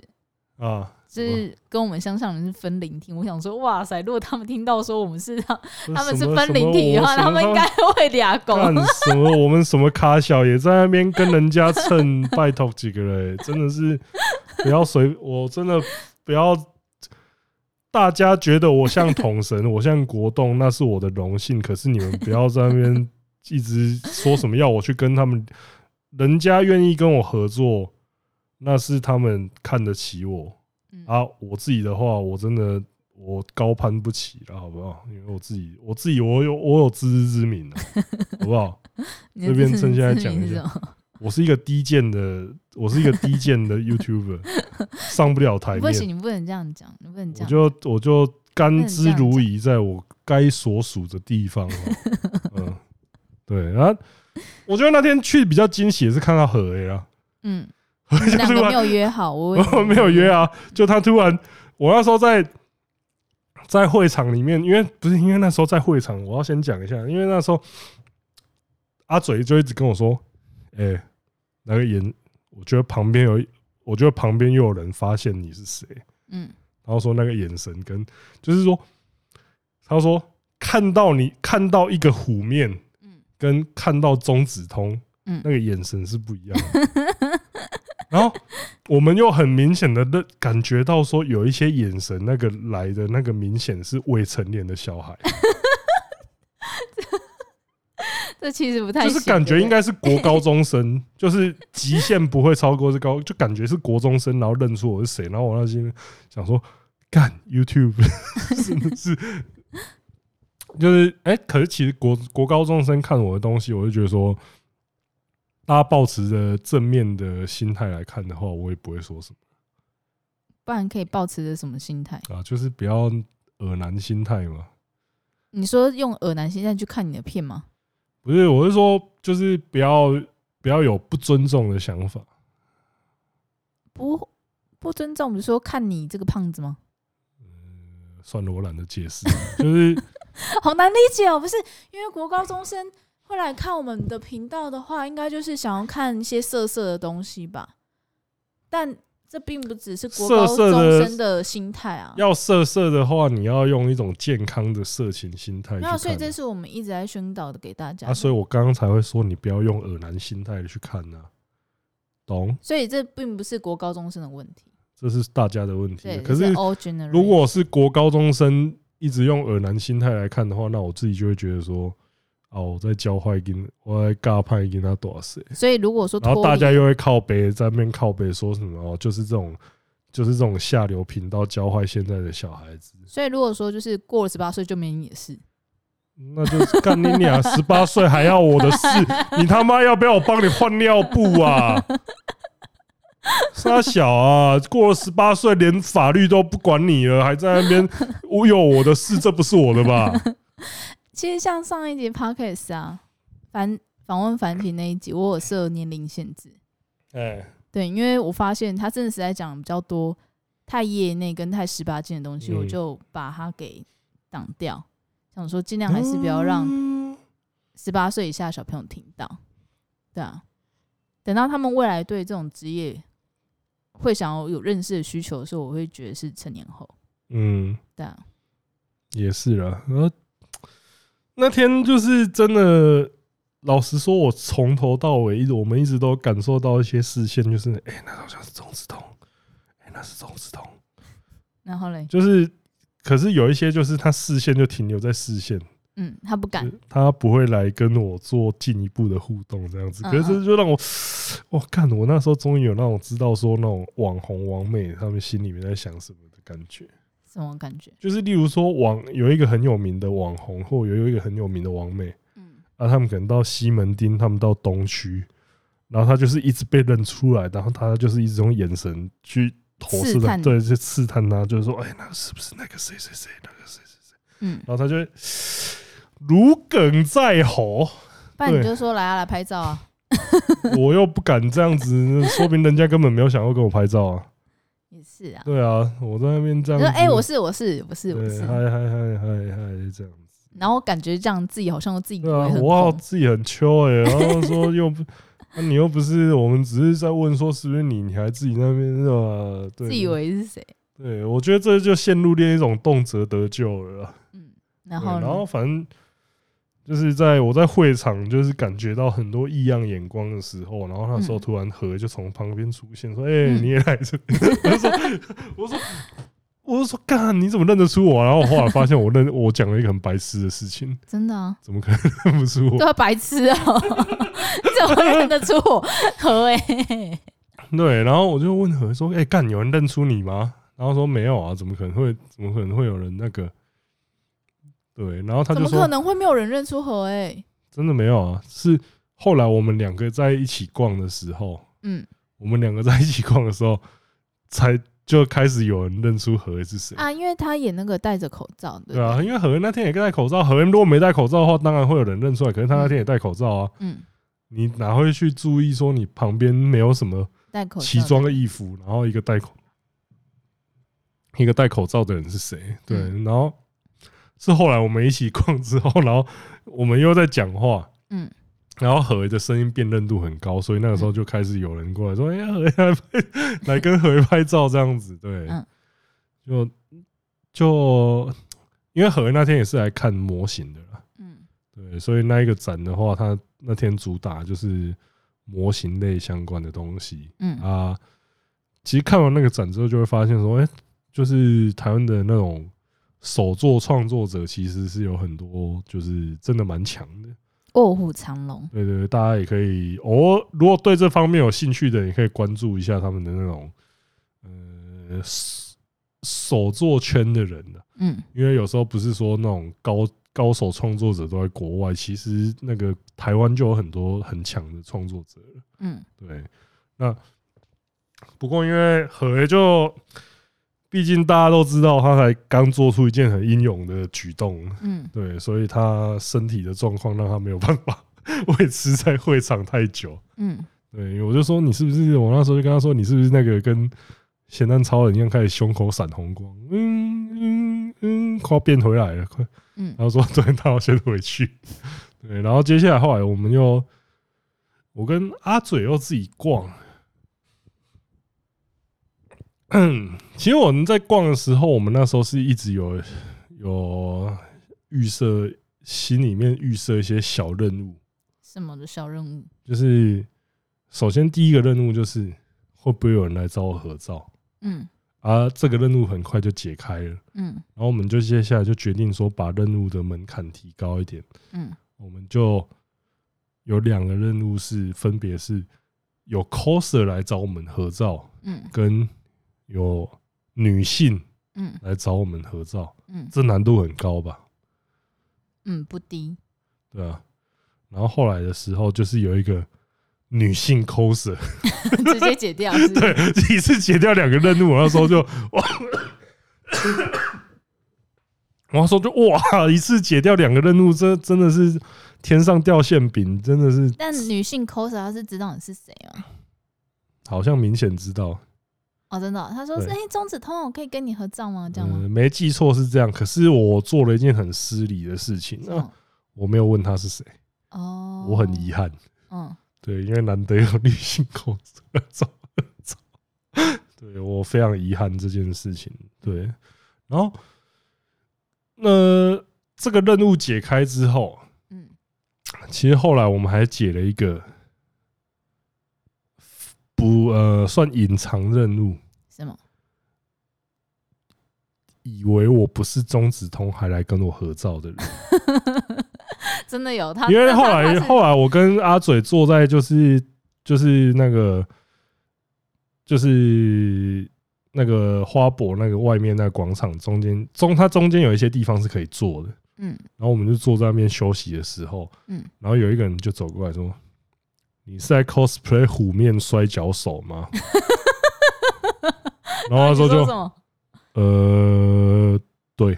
Speaker 1: 啊，
Speaker 2: 就是跟我们乡上人是分聆听。我想说，哇塞，如果他们听到说我们是他他们是
Speaker 1: 呃什么
Speaker 2: 分聆听的话，
Speaker 1: 什么
Speaker 2: 他们应该会俩狗。
Speaker 1: 干什么？我们什么卡小也在那边跟人家蹭，拜托几个人，真的是不要随，我真的不要。大家觉得我像统神，我像国栋，那是我的荣幸。可是你们不要在那边一直说什么要我去跟他们，人家愿意跟我合作，那是他们看得起我
Speaker 2: 嗯
Speaker 1: 啊。我自己的话，我真的我高攀不起了，好不好？因为我自己，我自己我有我有自知之明啊，好不好？
Speaker 2: <laughs>
Speaker 1: <laughs>
Speaker 2: 你的
Speaker 1: 这边
Speaker 2: 自
Speaker 1: 趁现在
Speaker 2: 自
Speaker 1: 讲
Speaker 2: 明
Speaker 1: 一
Speaker 2: 是
Speaker 1: 下
Speaker 2: 什么
Speaker 1: 我是一个低贱的，我是一个低贱的
Speaker 2: <laughs>
Speaker 1: YouTuber，上不了台
Speaker 2: 不
Speaker 1: 面
Speaker 2: 行，。你不能这样讲，你不能这
Speaker 1: 我
Speaker 2: 样。
Speaker 1: 就我就甘之如饴，在我该所属的地方哦。
Speaker 2: <laughs>
Speaker 1: 嗯，对。然后我觉得那天去比较惊喜的是看到何 A 啊， <laughs>
Speaker 2: 嗯，
Speaker 1: 何
Speaker 2: 你
Speaker 1: A
Speaker 2: 们
Speaker 1: 就突
Speaker 2: 两个
Speaker 1: 然
Speaker 2: 没有约好，我
Speaker 1: <laughs> 我没有约
Speaker 2: 好。
Speaker 1: 啊，就他突然，我那时候在在会场里面，因为不是因为那时候在会场，我要先讲一下，因为那时候阿嘴就一直跟我说，哎、那个演，我觉得旁边有，我觉得旁边又有人发现你是谁。
Speaker 2: 嗯，
Speaker 1: 然后说那个眼神跟就是说，他说看到你看到一个虎面，
Speaker 2: 嗯
Speaker 1: 跟看到中指通，
Speaker 2: 嗯
Speaker 1: 那个眼神是不一样的。 <laughs> 然后我们又很明显的认感觉到说，有一些眼神那个来的那个明显是未成年的小孩，
Speaker 2: 这其实不太
Speaker 1: 就是
Speaker 2: 行
Speaker 1: 感觉
Speaker 2: 对
Speaker 1: 应该是国高中
Speaker 2: <laughs>
Speaker 1: 生，就是极限不会超过这高，就感觉是国中生，然后认出我是谁，然后我那心想说，干
Speaker 2: <laughs>
Speaker 1: YouTube 真的是，就是哎、可是其实国国高中生看我的东西，我就觉得说，大家抱持着正面的心态来看的话，我也不会说什
Speaker 2: 不然可以保持着什么心态？
Speaker 1: 么啊，就是不要恶男心态嘛。
Speaker 2: 你说用耳男心态去看你的片吗？
Speaker 1: 不是，我是说，就是不要不要有不尊重的想法。
Speaker 2: 不不尊重，比如说看你这个胖子吗？
Speaker 1: 算了，我懒得解释，就是。
Speaker 2: <laughs> 好难理解哦，不是因为国高中生会来看我们的频道的话，应该就是想要看一些色色的东西吧？但这并不只是国高
Speaker 1: 色色
Speaker 2: 中
Speaker 1: 的
Speaker 2: 生的心态啊。
Speaker 1: 要色色的话，你要用一种健康的色情心态去
Speaker 2: 没
Speaker 1: 看啊。
Speaker 2: 有，所以这是我们一直在宣导的给大家的。
Speaker 1: 啊，所以我刚刚才会说，你不要用恶男心态去看呐、懂？
Speaker 2: 所以这并不是国高中生的问题，
Speaker 1: 这是大家的问题
Speaker 2: 对，
Speaker 1: 啊。可
Speaker 2: 这
Speaker 1: 是
Speaker 2: all generation。
Speaker 1: 如果是国高中生一直用耳男心态来看的话，那我自己就会觉得说，啊，我在教坏跟我在尬派跟他多谁，
Speaker 2: 所以如果说
Speaker 1: 然后
Speaker 2: 脱
Speaker 1: 大
Speaker 2: 离
Speaker 1: 家又会靠北在那边靠北说什么哦，就是这种就是这种下流频道教坏现在的小孩子，
Speaker 2: 所以如果说就是过了十八岁就没你的事，
Speaker 1: 那就是干你俩十八岁还要我的事，你他妈要不要我帮你换尿布啊？傻小啊，过了十八岁连法律都不管你了，还在那边我有我的事，这不是我的吧？
Speaker 2: 其实像上一集 podcast 啊，反访问樊婷那一集，我有设年龄限制， <laughs>
Speaker 1: 哎，
Speaker 2: 对，因为我发现他真的是在讲比较多太业内跟太十八禁的东西，
Speaker 1: 嗯
Speaker 2: 我就把它给挡掉，想说尽量还是不要让
Speaker 1: 嗯
Speaker 2: 十八岁以下的小朋友听到，对啊，等到他们未来对这种职业会想要有认识的需求的时候，我会觉得是成年后，
Speaker 1: 嗯，
Speaker 2: 对啊，
Speaker 1: 也是啦。然后那天就是真的，老实说，我从头到尾一直我们一直都感受到一些视线，就是哎、那好像是钟子通，哎、那是钟子通。
Speaker 2: 然后嘞，
Speaker 1: 就是，可是有一些就是他视线就停留在视线，
Speaker 2: 嗯，他不敢
Speaker 1: 就，是他不会来跟我做进一步的互动这样子。
Speaker 2: 嗯
Speaker 1: 可是这就让我，我干，我那时候终于有那种知道说那种网红、网美他们心里面在想什么的感觉。
Speaker 2: 什么感觉？
Speaker 1: 就是例如说网有一个很有名的网红，或有一个很有名的网美，
Speaker 2: 嗯，
Speaker 1: 啊，他们可能到西门町，他们到东区，然后他就是一直被认出来，然后他就是一直用眼神去投射
Speaker 2: 刺
Speaker 1: 他，
Speaker 2: 探你
Speaker 1: 对，去刺探他，就是说，哎、那个是不是那个谁谁谁，那个谁谁谁。 <laughs>
Speaker 2: 嗯，
Speaker 1: 然后他就会如鲠在喉，
Speaker 2: 不然你
Speaker 1: 对
Speaker 2: 就说来啊，来拍照啊，
Speaker 1: 我又不敢这样子，说明人家根本没有想要跟我拍照啊。
Speaker 2: 也是啊，
Speaker 1: 对啊，我在那边这
Speaker 2: 你
Speaker 1: 样子，
Speaker 2: 说哎、我是我是我是
Speaker 1: 对，
Speaker 2: 我
Speaker 1: 嗨
Speaker 2: 是，
Speaker 1: 嗨嗨嗨嗨这样子。
Speaker 2: 然后感觉这样自己好像自己以
Speaker 1: 对啊
Speaker 2: 为，很
Speaker 1: 我好
Speaker 2: 红，
Speaker 1: 自己很秋哎、然后说又不，那你又不是，我们只是在问说是不是你，你还自己那边是吧？对，
Speaker 2: 自以为是谁，
Speaker 1: 对，我觉得这就陷入另一种动辄得咎了啊啦。
Speaker 2: 嗯，然
Speaker 1: 对
Speaker 2: 后
Speaker 1: 然
Speaker 2: 呢
Speaker 1: 后反正就是在我在会场，就是感觉到很多异样眼光的时候，然后那时候
Speaker 2: 嗯
Speaker 1: 突然何就从旁边出现，说：“哎、
Speaker 2: 嗯
Speaker 1: 你也来这？” <laughs> 我就说：“我说。”我就说干，你怎么认得出我、啊然后我后来发现我认 <laughs> 我讲了一个很白痴的事情，
Speaker 2: 真的啊，
Speaker 1: 怎么可能认不出我 <laughs>
Speaker 2: 对？啊，白痴啊、你怎么认得出我？何哎、欸，
Speaker 1: 对，然后我就问何说：“哎、干，有人认出你吗？”然后说：“没有啊，怎么可能会？怎么可能会有人那个？”对，然后他
Speaker 2: 怎
Speaker 1: 就
Speaker 2: 么
Speaker 1: 说
Speaker 2: 可：“能会没有人认出何哎、
Speaker 1: 真的没有啊，是后来我们两个在一起逛的时候，
Speaker 2: 嗯
Speaker 1: 我们两个在一起逛的时候，才就开始有人认出何是谁。
Speaker 2: 啊，因为他演那个戴着口罩，对不
Speaker 1: 对
Speaker 2: 对
Speaker 1: 啊，因为何那天也戴口罩，何如果没戴口罩的话，当然会有人认出来。可是他那天也戴口罩啊，
Speaker 2: 嗯，
Speaker 1: 你哪会去注意说你旁边没有什么
Speaker 2: 戴口罩，
Speaker 1: 奇装的异服，然后一个戴口一个戴口罩的人是谁？对，
Speaker 2: 嗯
Speaker 1: 然后是后来我们一起逛之后，然后我们又在讲话，
Speaker 2: 嗯，
Speaker 1: 然后何的声音辨认度很高，所以那个时候就开始有人过来说：“哎呀， <laughs> 何来拍来跟何拍照这样子。”对，
Speaker 2: 嗯
Speaker 1: 就就因为何那天也是来看模型的啦，
Speaker 2: 嗯
Speaker 1: 对，所以那一个展的话，他那天主打就是模型类相关的东西，
Speaker 2: 嗯
Speaker 1: 啊，其实看完那个展之后，就会发现说，哎、就是台湾的那种手作创作者，其实是有很多，就是真的蛮强的。
Speaker 2: 卧虎藏龙，
Speaker 1: 对对对，大家也可以偶尔，如果对这方面有兴趣的，也可以关注一下他们的那种呃手手作圈的人啊
Speaker 2: 嗯
Speaker 1: 因为有时候不是说那种高高手创作者都在国外，其实那个台湾就有很多很强的创作者了。
Speaker 2: 嗯
Speaker 1: 对，那不过因为何爷就，毕竟大家都知道他才刚做出一件很英勇的举动，
Speaker 2: 嗯，
Speaker 1: 对，所以他身体的状况让他没有办法 <laughs> 维持在会场太久。
Speaker 2: 嗯，
Speaker 1: 对，我就说你是不是？我那时候就跟他说你是不是那个跟咸蛋超人一样开始胸口闪红光？嗯嗯嗯，快要变回来了，快
Speaker 2: 嗯
Speaker 1: 然，后说 <laughs> 昨天他要先回去，对，然后接下来后来我们又，我跟阿嘴又自己逛。其实我们在逛的时候，我们那时候是一直有有预设，心里面预设一些小任务，
Speaker 2: 什么的小任务？
Speaker 1: 就是首先第一个任务就是会不会有人来找我合照
Speaker 2: 嗯
Speaker 1: 啊？啊，这个任务很快就解开了。
Speaker 2: 嗯
Speaker 1: 然后我们就接下来就决定说，把任务的门槛提高一点，
Speaker 2: 嗯
Speaker 1: 我们就有两个任务是分别是有 coser 来找我们合照，
Speaker 2: 嗯
Speaker 1: 跟有女性
Speaker 2: 嗯
Speaker 1: 来找我们合照，
Speaker 2: 嗯
Speaker 1: 这难度很高吧？
Speaker 2: 嗯，
Speaker 1: <laughs>
Speaker 2: 不低。
Speaker 1: 对啊。然后后来的时候，就是有一个女性 coser，
Speaker 2: 直接解掉。是不是
Speaker 1: <laughs> 一次解掉两个任务，我那时候就哇，我那时候就哇，一次解掉两个任务，这真的是天上掉馅饼，真的是
Speaker 2: 但女性 coser 她是知道你是谁吗？
Speaker 1: 好像明显知道，
Speaker 2: 哦，真的哦、她说是
Speaker 1: 对
Speaker 2: 哎，钟子通，我可以跟你合照吗？这样吗？
Speaker 1: 嗯，没记错是这样。可是我做了一件很失礼的事情，
Speaker 2: 是
Speaker 1: 啊、
Speaker 2: 吗
Speaker 1: 我没有问他是谁，
Speaker 2: 哦，
Speaker 1: 我很遗憾。
Speaker 2: 嗯，
Speaker 1: 对，因为难得有女性控 <laughs> 制来找我找，对我非常遗憾这件事情。对，然后那、呃这个任务解开之后，
Speaker 2: 嗯
Speaker 1: 其实后来我们还解了一个不呃算隐藏任务，
Speaker 2: 是吗？ <laughs>
Speaker 1: 以为我不是中子通还来跟我合照的人，
Speaker 2: 真的有她，
Speaker 1: 因为
Speaker 2: 她
Speaker 1: 后
Speaker 2: 她
Speaker 1: 来
Speaker 2: 是
Speaker 1: 后来我跟阿嘴坐在就是就是那个就是那个花博那个外面那个广场中间中它中间有一些地方是可以坐的，
Speaker 2: 嗯
Speaker 1: 然后我们就坐在那边休息的时候，
Speaker 2: 嗯
Speaker 1: 然后有一个人就走过来说：“你是在 cosplay 虎面摔跤手
Speaker 2: <laughs>
Speaker 1: 吗？”然后他说
Speaker 2: 你
Speaker 1: 就
Speaker 2: 什么？
Speaker 1: 呃，对。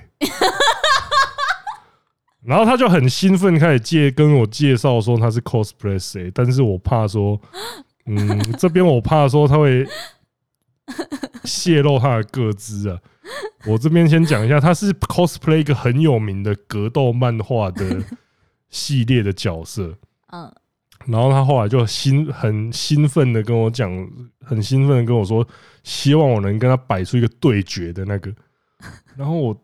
Speaker 1: <laughs> 然后他就很兴奋，开始介跟我介绍说他是 cosplay 谁，但是我怕说，嗯，这边我怕说他会泄露他的个资啊。我这边先讲一下，他是 cosplay 一个很有名的格斗漫画的系列的角色，
Speaker 2: 嗯
Speaker 1: 然后他后来就兴很兴奋的跟我讲，很兴奋的跟我说，希望我能跟他摆出一个对决的那个。然后我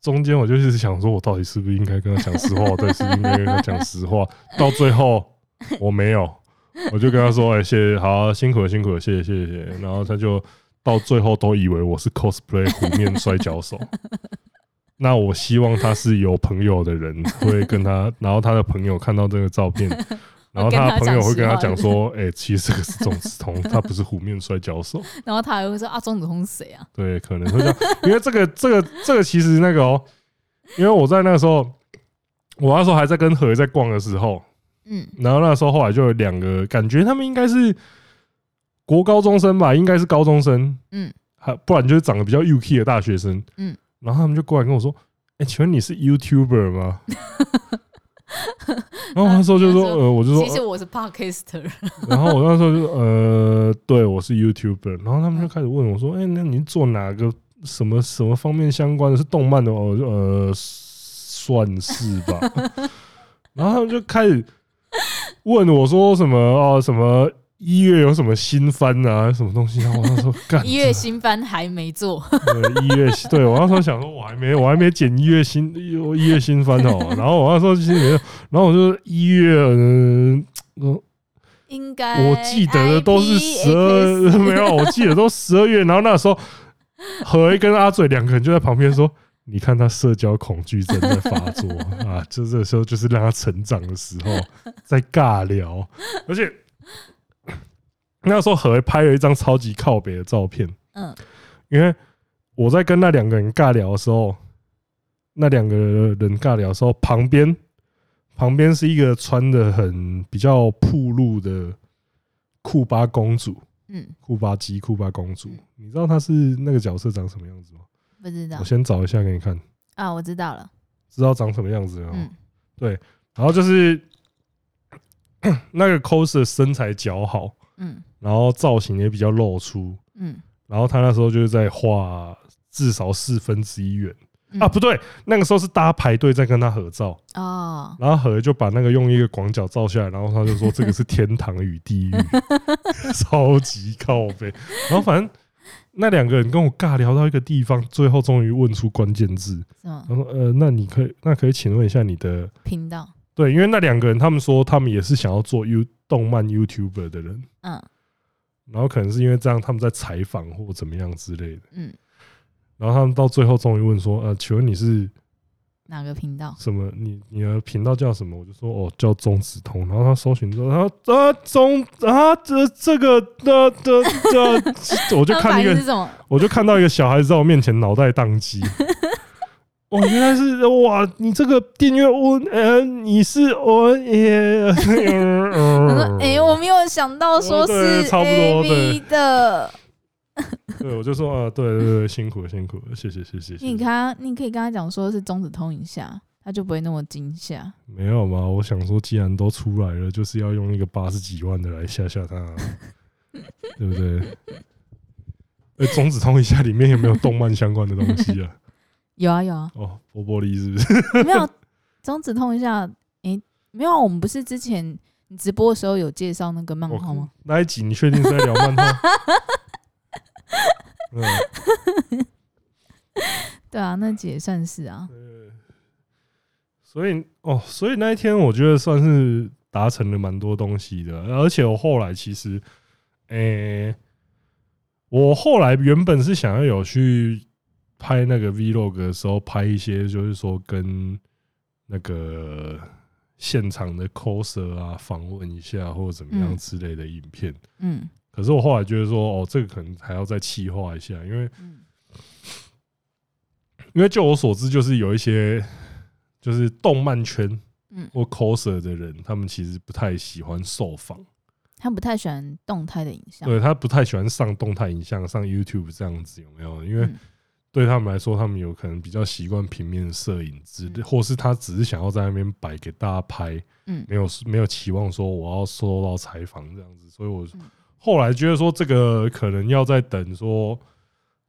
Speaker 1: 中间我就是想说，我到底是不是应该跟他讲实话？我到底是不是应该跟他讲实 <laughs> 话？到最后我没有，我就跟他说：“哎、谢谢，好啊、辛苦了，辛苦了，谢谢，谢谢。”谢谢。然后他就到最后都以为我是 cosplay 湖面摔跤 <laughs> 手。那我希望他是有朋友的人，会跟 <laughs> 他，然后他的朋友看到这个照 <laughs> 片，然后他的朋友会跟他讲说：“哎、其实这个是种子通，他不是湖面摔跤手。”
Speaker 2: 然后她还会说啊，钟子通是谁啊？
Speaker 1: 对，可能会这样，因为这个这个这个其实那个哦、因为我在那个时候，我那时候还在跟何在逛的时候，
Speaker 2: 嗯
Speaker 1: 然后那时候后来就有两个，感觉他们应该是国高中生吧，应该是高中生，
Speaker 2: 嗯
Speaker 1: 还不然就是长得比较 UK 的大学生，
Speaker 2: 嗯，
Speaker 1: 然后他们就过来跟我说：“哎、请问你是 YouTuber 吗？”
Speaker 2: <laughs>
Speaker 1: 然后我那时候就说：“呃，我就说，
Speaker 2: 嗯其实我是 podcaster，
Speaker 1: <laughs> 然后我那时候就呃，对我是 YouTuber，然后他
Speaker 2: 嗯
Speaker 1: 们就开始问我说：“哎、那你做哪个什么什么方面相关的？是动漫的吗？”我就呃，算是
Speaker 2: <laughs>
Speaker 1: 吧。然后他们就开始问我说什么哦、什么一月有什么新番啊，什么东西？然后我那时
Speaker 2: <laughs>
Speaker 1: 候干
Speaker 2: 一月新番还没做，
Speaker 1: 对一月新，对我那时候想说，我还没我还没剪一月新一月新番哦。然后我那时候心里面，然后我就一月嗯。呃
Speaker 2: 应该哎
Speaker 1: 我记得的都是十二， <laughs> 没有，我记得都十二月。然后那时候何一跟阿嘴两个人就在旁边说：“你看他社交恐惧症在发作 <laughs> 啊！”就这时候就是让他成长的时候，在尬聊，而且 <coughs> 那时候何一拍了一张超级靠北的照片，
Speaker 2: 嗯
Speaker 1: 因为我在跟那两个人尬聊的时候，那两个人尬聊的时候，旁边旁边是一个穿的很比较暴露的库巴公主，
Speaker 2: 嗯，
Speaker 1: 库巴基库巴公主，你知道她是那个角色长什么样子吗？
Speaker 2: 不知道
Speaker 1: 我先找一下给你看，
Speaker 2: 啊，我知道了，
Speaker 1: 知道长什么样子了哦。
Speaker 2: 嗯
Speaker 1: 然后就是 <coughs> 那个 coser 身材姣好，
Speaker 2: 嗯
Speaker 1: 然后造型也比较露出，
Speaker 2: 嗯
Speaker 1: 然后他那时候就是在画至少四分之一圆。
Speaker 2: 嗯
Speaker 1: 啊，不对，那个时候是大家排队在跟他合照，
Speaker 2: 哦，
Speaker 1: 然后何就把那个用一个广角照下来，然后他就说这个是天堂与地狱，超级靠背。然后反正那两个人跟我尬聊到一个地方，最后终于问出关键字，
Speaker 2: 什么
Speaker 1: 他说：“呃，那你可以，那可以请问一下你的
Speaker 2: 频道？
Speaker 1: 对，因为那两个人他们说他们也是想要做 U 动漫 YouTuber 的人，
Speaker 2: 嗯
Speaker 1: 然后可能是因为这样他们在采访或怎么样之类的。”
Speaker 2: 嗯
Speaker 1: 然后他们到最后终于问说：“呃，请问你是
Speaker 2: 哪个频道？
Speaker 1: 什么？你你的频道叫什么？”我就说：“哦，叫中子通。”然后他搜寻之后，他说：“啊，中啊，这这个的的的，我就
Speaker 2: <laughs> 他
Speaker 1: 看
Speaker 2: 们
Speaker 1: 一
Speaker 2: 反应
Speaker 1: 个
Speaker 2: 是什么？
Speaker 1: 我就看到一个小孩子在我面前脑袋宕机。哇，原来是哇！你这个订阅我，呃，你是哦我也，
Speaker 2: <laughs>
Speaker 1: 我
Speaker 2: 我
Speaker 1: 说
Speaker 2: 说，哎、我没有想到说
Speaker 1: 嗯哦对
Speaker 2: 是
Speaker 1: 差不多
Speaker 2: A B 的。
Speaker 1: 对，我就说啊，对对对，辛苦了辛苦了，谢谢谢谢。谢
Speaker 2: 你
Speaker 1: 谢
Speaker 2: 跟他，你可以跟他讲说是中指通一下，他就不会那么惊吓。
Speaker 1: 没有嘛？我想说，既然都出来了，就是要用一个八十几万的来吓吓他、啊对不对？呃，中指通一下里面有没有动漫相关的东西啊？
Speaker 2: 有啊
Speaker 1: <laughs>
Speaker 2: 有啊，
Speaker 1: 哦，波波利是不是？
Speaker 2: 没有中指通一下。哎、没有啊，我们不是之前你直播的时候有介绍那个漫画吗？
Speaker 1: <laughs> 那一集你确定是在聊漫画？嗯。
Speaker 2: 对啊，那集也算是啊。
Speaker 1: 呃，所以哦，所以那一天我觉得算是达成了蛮多东西的，而且我后来其实，诶、我后来原本是想要有去拍那个 vlog 的时候拍一些，就是说跟那个现场的 coser 啊访问一下或者怎么样
Speaker 2: 嗯
Speaker 1: 之类的影片，
Speaker 2: 嗯
Speaker 1: 可是我后来觉得说，哦，这个可能还要再气化一下，因为
Speaker 2: 嗯
Speaker 1: 因为就我所知，就是有一些就是动漫圈
Speaker 2: 嗯，
Speaker 1: 或 coser 的人，他们其实不太喜欢受访，
Speaker 2: 他不太喜欢动态的影像。
Speaker 1: 对他不太喜欢上动态影像、上 YouTube 这样子，有没有？因为
Speaker 2: 嗯
Speaker 1: 对他们来说，他们有可能比较习惯平面摄影之类，
Speaker 2: 嗯
Speaker 1: 或是他只是想要在那边摆给大家拍，
Speaker 2: 嗯
Speaker 1: 没有没有期望说我要收到采访这样子，所以我
Speaker 2: 嗯
Speaker 1: 后来觉得说这个可能要再等说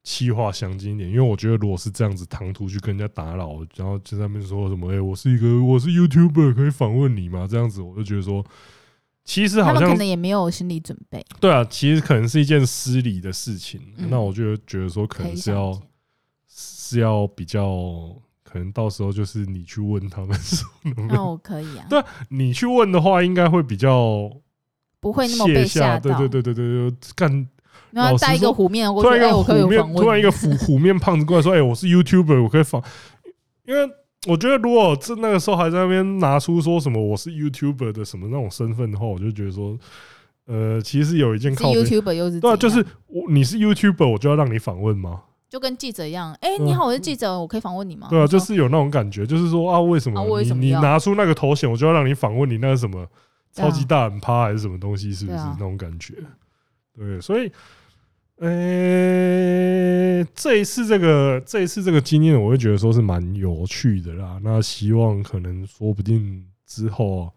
Speaker 1: 气化详尽一点，因为我觉得如果是这样子唐突去跟人家打扰，然后就在那边说什么哎、我是一个我是 YouTuber 可以访问你吗？这样子我就觉得说。其实
Speaker 2: 他
Speaker 1: 好
Speaker 2: 们可
Speaker 1: 像
Speaker 2: 能也没有心理准备，
Speaker 1: 对啊，其实可能是一件失礼的事情。
Speaker 2: 嗯
Speaker 1: 那我就觉得说，可
Speaker 2: 可
Speaker 1: 能
Speaker 2: 以
Speaker 1: 是
Speaker 2: 想
Speaker 1: 要
Speaker 2: 见
Speaker 1: 是要比较，可能到时候就是你去问他们说能不能
Speaker 2: 那我可以啊，
Speaker 1: 对 <laughs> 你去问的话，应该会比较
Speaker 2: 不会那么被吓
Speaker 1: 下。对
Speaker 2: 到。
Speaker 1: 对对对对对，干！
Speaker 2: 然
Speaker 1: 老
Speaker 2: 后
Speaker 1: 实
Speaker 2: 带一个
Speaker 1: 说
Speaker 2: 虎面过
Speaker 1: 突然
Speaker 2: 去，
Speaker 1: 一
Speaker 2: 哎，
Speaker 1: 个
Speaker 2: 我
Speaker 1: 虎
Speaker 2: 可以
Speaker 1: 面
Speaker 2: 访，问你。
Speaker 1: 突然一个虎虎面胖子过来说：“哎，我是 YouTuber，我可以访。”因为我觉得，如果这那个时候还在那边拿出说什么我是 YouTuber 的什么那种身份的话，我就觉得说，呃，其实有一件
Speaker 2: 是
Speaker 1: 靠背
Speaker 2: YouTuber 又是
Speaker 1: 对啊，
Speaker 2: 怎
Speaker 1: 就是
Speaker 2: 样
Speaker 1: 我你是 YouTuber，我就要让你访问吗？
Speaker 2: 就跟记者一样，哎，
Speaker 1: 对啊
Speaker 2: 你好，我是记者，我可以访问你吗？
Speaker 1: 对啊，
Speaker 2: 我
Speaker 1: 就
Speaker 2: 说
Speaker 1: 是有那种感觉，就是说啊，为什么
Speaker 2: 啊我为
Speaker 1: 你
Speaker 2: 什么
Speaker 1: 你
Speaker 2: 要
Speaker 1: 拿出那个头衔，我就要让你访问你那个什么
Speaker 2: 对啊
Speaker 1: 超级大很趴还是什么东西，是不是
Speaker 2: 对啊
Speaker 1: 那种感觉？对，所以。呃，这一次这个这一次这个经验，我会觉得说是蛮有趣的啦。那希望可能说不定之后啊、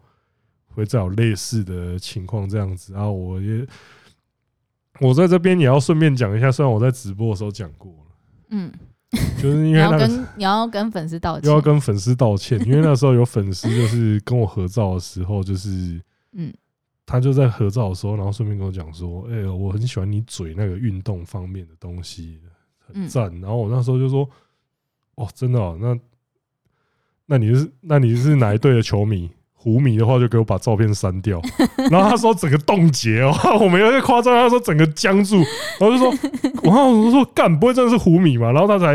Speaker 1: 会再有类似的情况这样子啊。我也我在这边也要顺便讲一下，虽然我在直播的时候讲过了，
Speaker 2: 嗯，
Speaker 1: 就是因
Speaker 2: 你
Speaker 1: 为
Speaker 2: 要
Speaker 1: 那个
Speaker 2: 跟你要跟粉丝道
Speaker 1: 又
Speaker 2: 歉
Speaker 1: 要，跟粉丝道
Speaker 2: <laughs>
Speaker 1: 歉，因为那时候有粉丝就是跟我合照的时候，就是
Speaker 2: 嗯，
Speaker 1: 他就在合照的时候，然后顺便跟我讲说：“哎、我很喜欢你嘴那个运动方面的东西，很
Speaker 2: 嗯
Speaker 1: 赞。然后我那时候就说：“哦，真的、哦？那那你是那你是哪一队的球迷？”湖迷的话，就给我把照片删掉。然后他说整个冻结哦， <laughs> 我没有在夸张，他说整个僵住，然后就说，然后我就说干，不会真的是湖迷嘛？然后他才，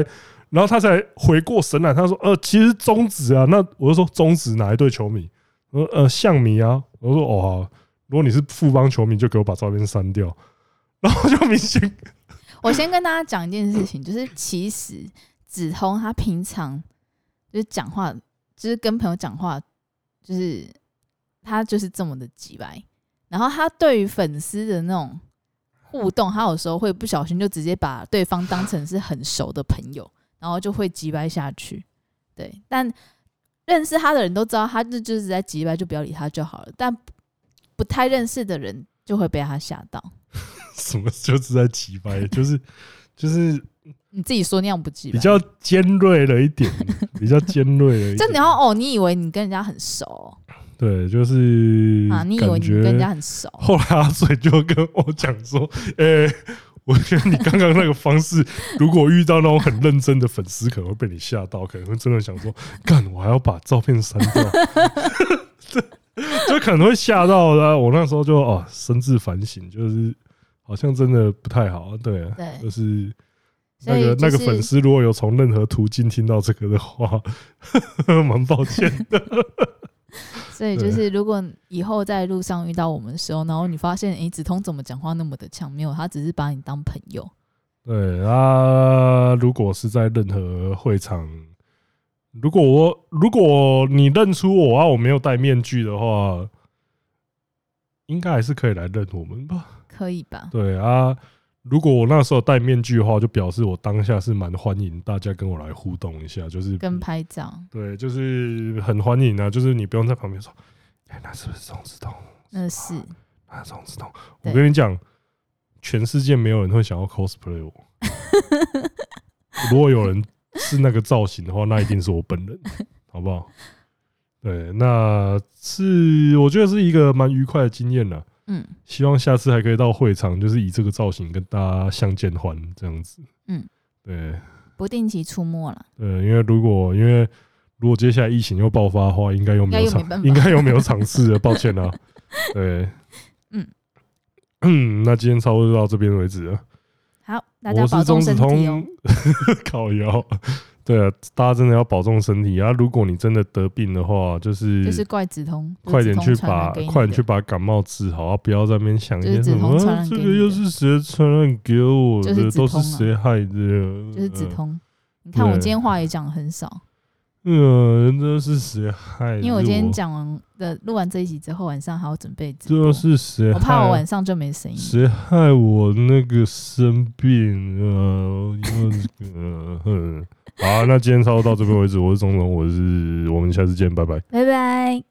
Speaker 1: 然后他才回过神来，他说呃，其实中指啊，那我就说中指哪一队球迷？我说呃，象迷啊。我说哦好，如果你是富邦球迷，就给我把照片删掉。 <laughs> 然后就明显
Speaker 2: 我先跟大家讲一件事情，就是其实子通他平常就是讲话，就是跟朋友讲话，就是他就是这么的直白。然后他对于粉丝的那种互动，他有时候会不小心就直接把对方当成是很熟的朋友，然后就会直白下去。对，但认识他的人都知道，他这就是在直白，就不要理他就好了。但不不太认识的人就会被他吓到。
Speaker 1: 什么就是在奇掰，
Speaker 2: <laughs>
Speaker 1: 就是就是
Speaker 2: 你自己说那样不直白
Speaker 1: 比。较尖锐了一点，比较尖锐
Speaker 2: <laughs>
Speaker 1: 了一点。
Speaker 2: 就你要哦，你以为你跟人家很熟
Speaker 1: 对，就是
Speaker 2: 啊？你以
Speaker 1: 嗯
Speaker 2: 为
Speaker 1: 感
Speaker 2: 你
Speaker 1: 觉
Speaker 2: 跟人家很熟？
Speaker 1: 后来阿水就跟我讲说：“呃、我觉得你刚刚那个方式， <laughs> 如果遇到那种很认真的粉丝，可能会被你吓到，可能会真的想说，干，我还要把照片删掉。 <laughs> 对”就可能会吓到的啊。我那时候就哦，深自反省，就是好像真的不太好。对啊，
Speaker 2: 对
Speaker 1: 就是
Speaker 2: 所
Speaker 1: 那
Speaker 2: 以
Speaker 1: 个那
Speaker 2: 就
Speaker 1: 个粉
Speaker 2: 是
Speaker 1: 丝如果有从任何途径听到这个的话， <laughs> 蛮抱歉的。
Speaker 2: 所以就是如果以后在路上遇到我们的时候，然后你发现诶，梓潼怎么讲话那么的呛？没有，他只是把你当朋友。
Speaker 1: 对啊，如果是在任何会场，如果我如果你认出我啊，我没有戴面具的话，应该还是可以来认我们吧？
Speaker 2: 可以吧？
Speaker 1: 对啊，如果我那时候戴面具的话，就表示我当下是蛮欢迎大家跟我来互动一下，就是
Speaker 2: 跟拍照，
Speaker 1: 对，就是很欢迎啊，就是你不用在旁边说，哎、那是不是钟子通？
Speaker 2: 那是
Speaker 1: 那是钟子通。我
Speaker 2: 对
Speaker 1: 跟你讲，全世界没有人会想要 cosplay 我。如果有人是那个造型的话，那一定是我本人，好不好？对，那是我觉得是一个蛮愉快的经验了。
Speaker 2: 嗯
Speaker 1: 希望下次还可以到会场，就是以这个造型跟大家相见欢这样子。
Speaker 2: 嗯，
Speaker 1: 对
Speaker 2: 不定期出没啦。
Speaker 1: 对，因为如果因为如果接下来疫情又爆发的话，应该又没有场
Speaker 2: 应该又没办，法
Speaker 1: 应该又没有场次了，抱
Speaker 2: <laughs>
Speaker 1: 歉啊。对，
Speaker 2: 嗯
Speaker 1: 嗯，那今天差不多就到这边为止了。
Speaker 2: 好，大家
Speaker 1: 我
Speaker 2: 保
Speaker 1: 是钟
Speaker 2: 重
Speaker 1: 子
Speaker 2: 身体哦
Speaker 1: 通。， <laughs> 靠腰。对啊，大家真的要保重身体啊！如果你真的得病的话，就是
Speaker 2: 就是怪梓潼，
Speaker 1: 嗯
Speaker 2: 就是
Speaker 1: 快点
Speaker 2: 梓潼
Speaker 1: 去
Speaker 2: 传
Speaker 1: 把
Speaker 2: 染给你
Speaker 1: 快点
Speaker 2: 的
Speaker 1: 去把感冒治好啊！不要在那边想一些
Speaker 2: 就是
Speaker 1: 什
Speaker 2: 梓
Speaker 1: 么
Speaker 2: 潼传
Speaker 1: 啊，
Speaker 2: 染
Speaker 1: 这
Speaker 2: 给
Speaker 1: 个
Speaker 2: 你的
Speaker 1: 又是谁传染给我
Speaker 2: 就是
Speaker 1: 的，
Speaker 2: 梓
Speaker 1: 都是
Speaker 2: 潼啊
Speaker 1: 谁害的？
Speaker 2: 就是梓
Speaker 1: 嗯
Speaker 2: 潼。你看我
Speaker 1: 对
Speaker 2: 今天话也讲得很少，
Speaker 1: 嗯，这是谁害的？
Speaker 2: 因为我今天，讲完的录完这一集之后，晚上还要准备直播
Speaker 1: 这，是啊谁害？
Speaker 2: 我怕我晚上就没声音。
Speaker 1: 谁害我那个生病啊？因为这个呃嗯好啊，那今天差不多到这边为止。我是钟总，我是我们下次见，拜拜。
Speaker 2: 拜拜。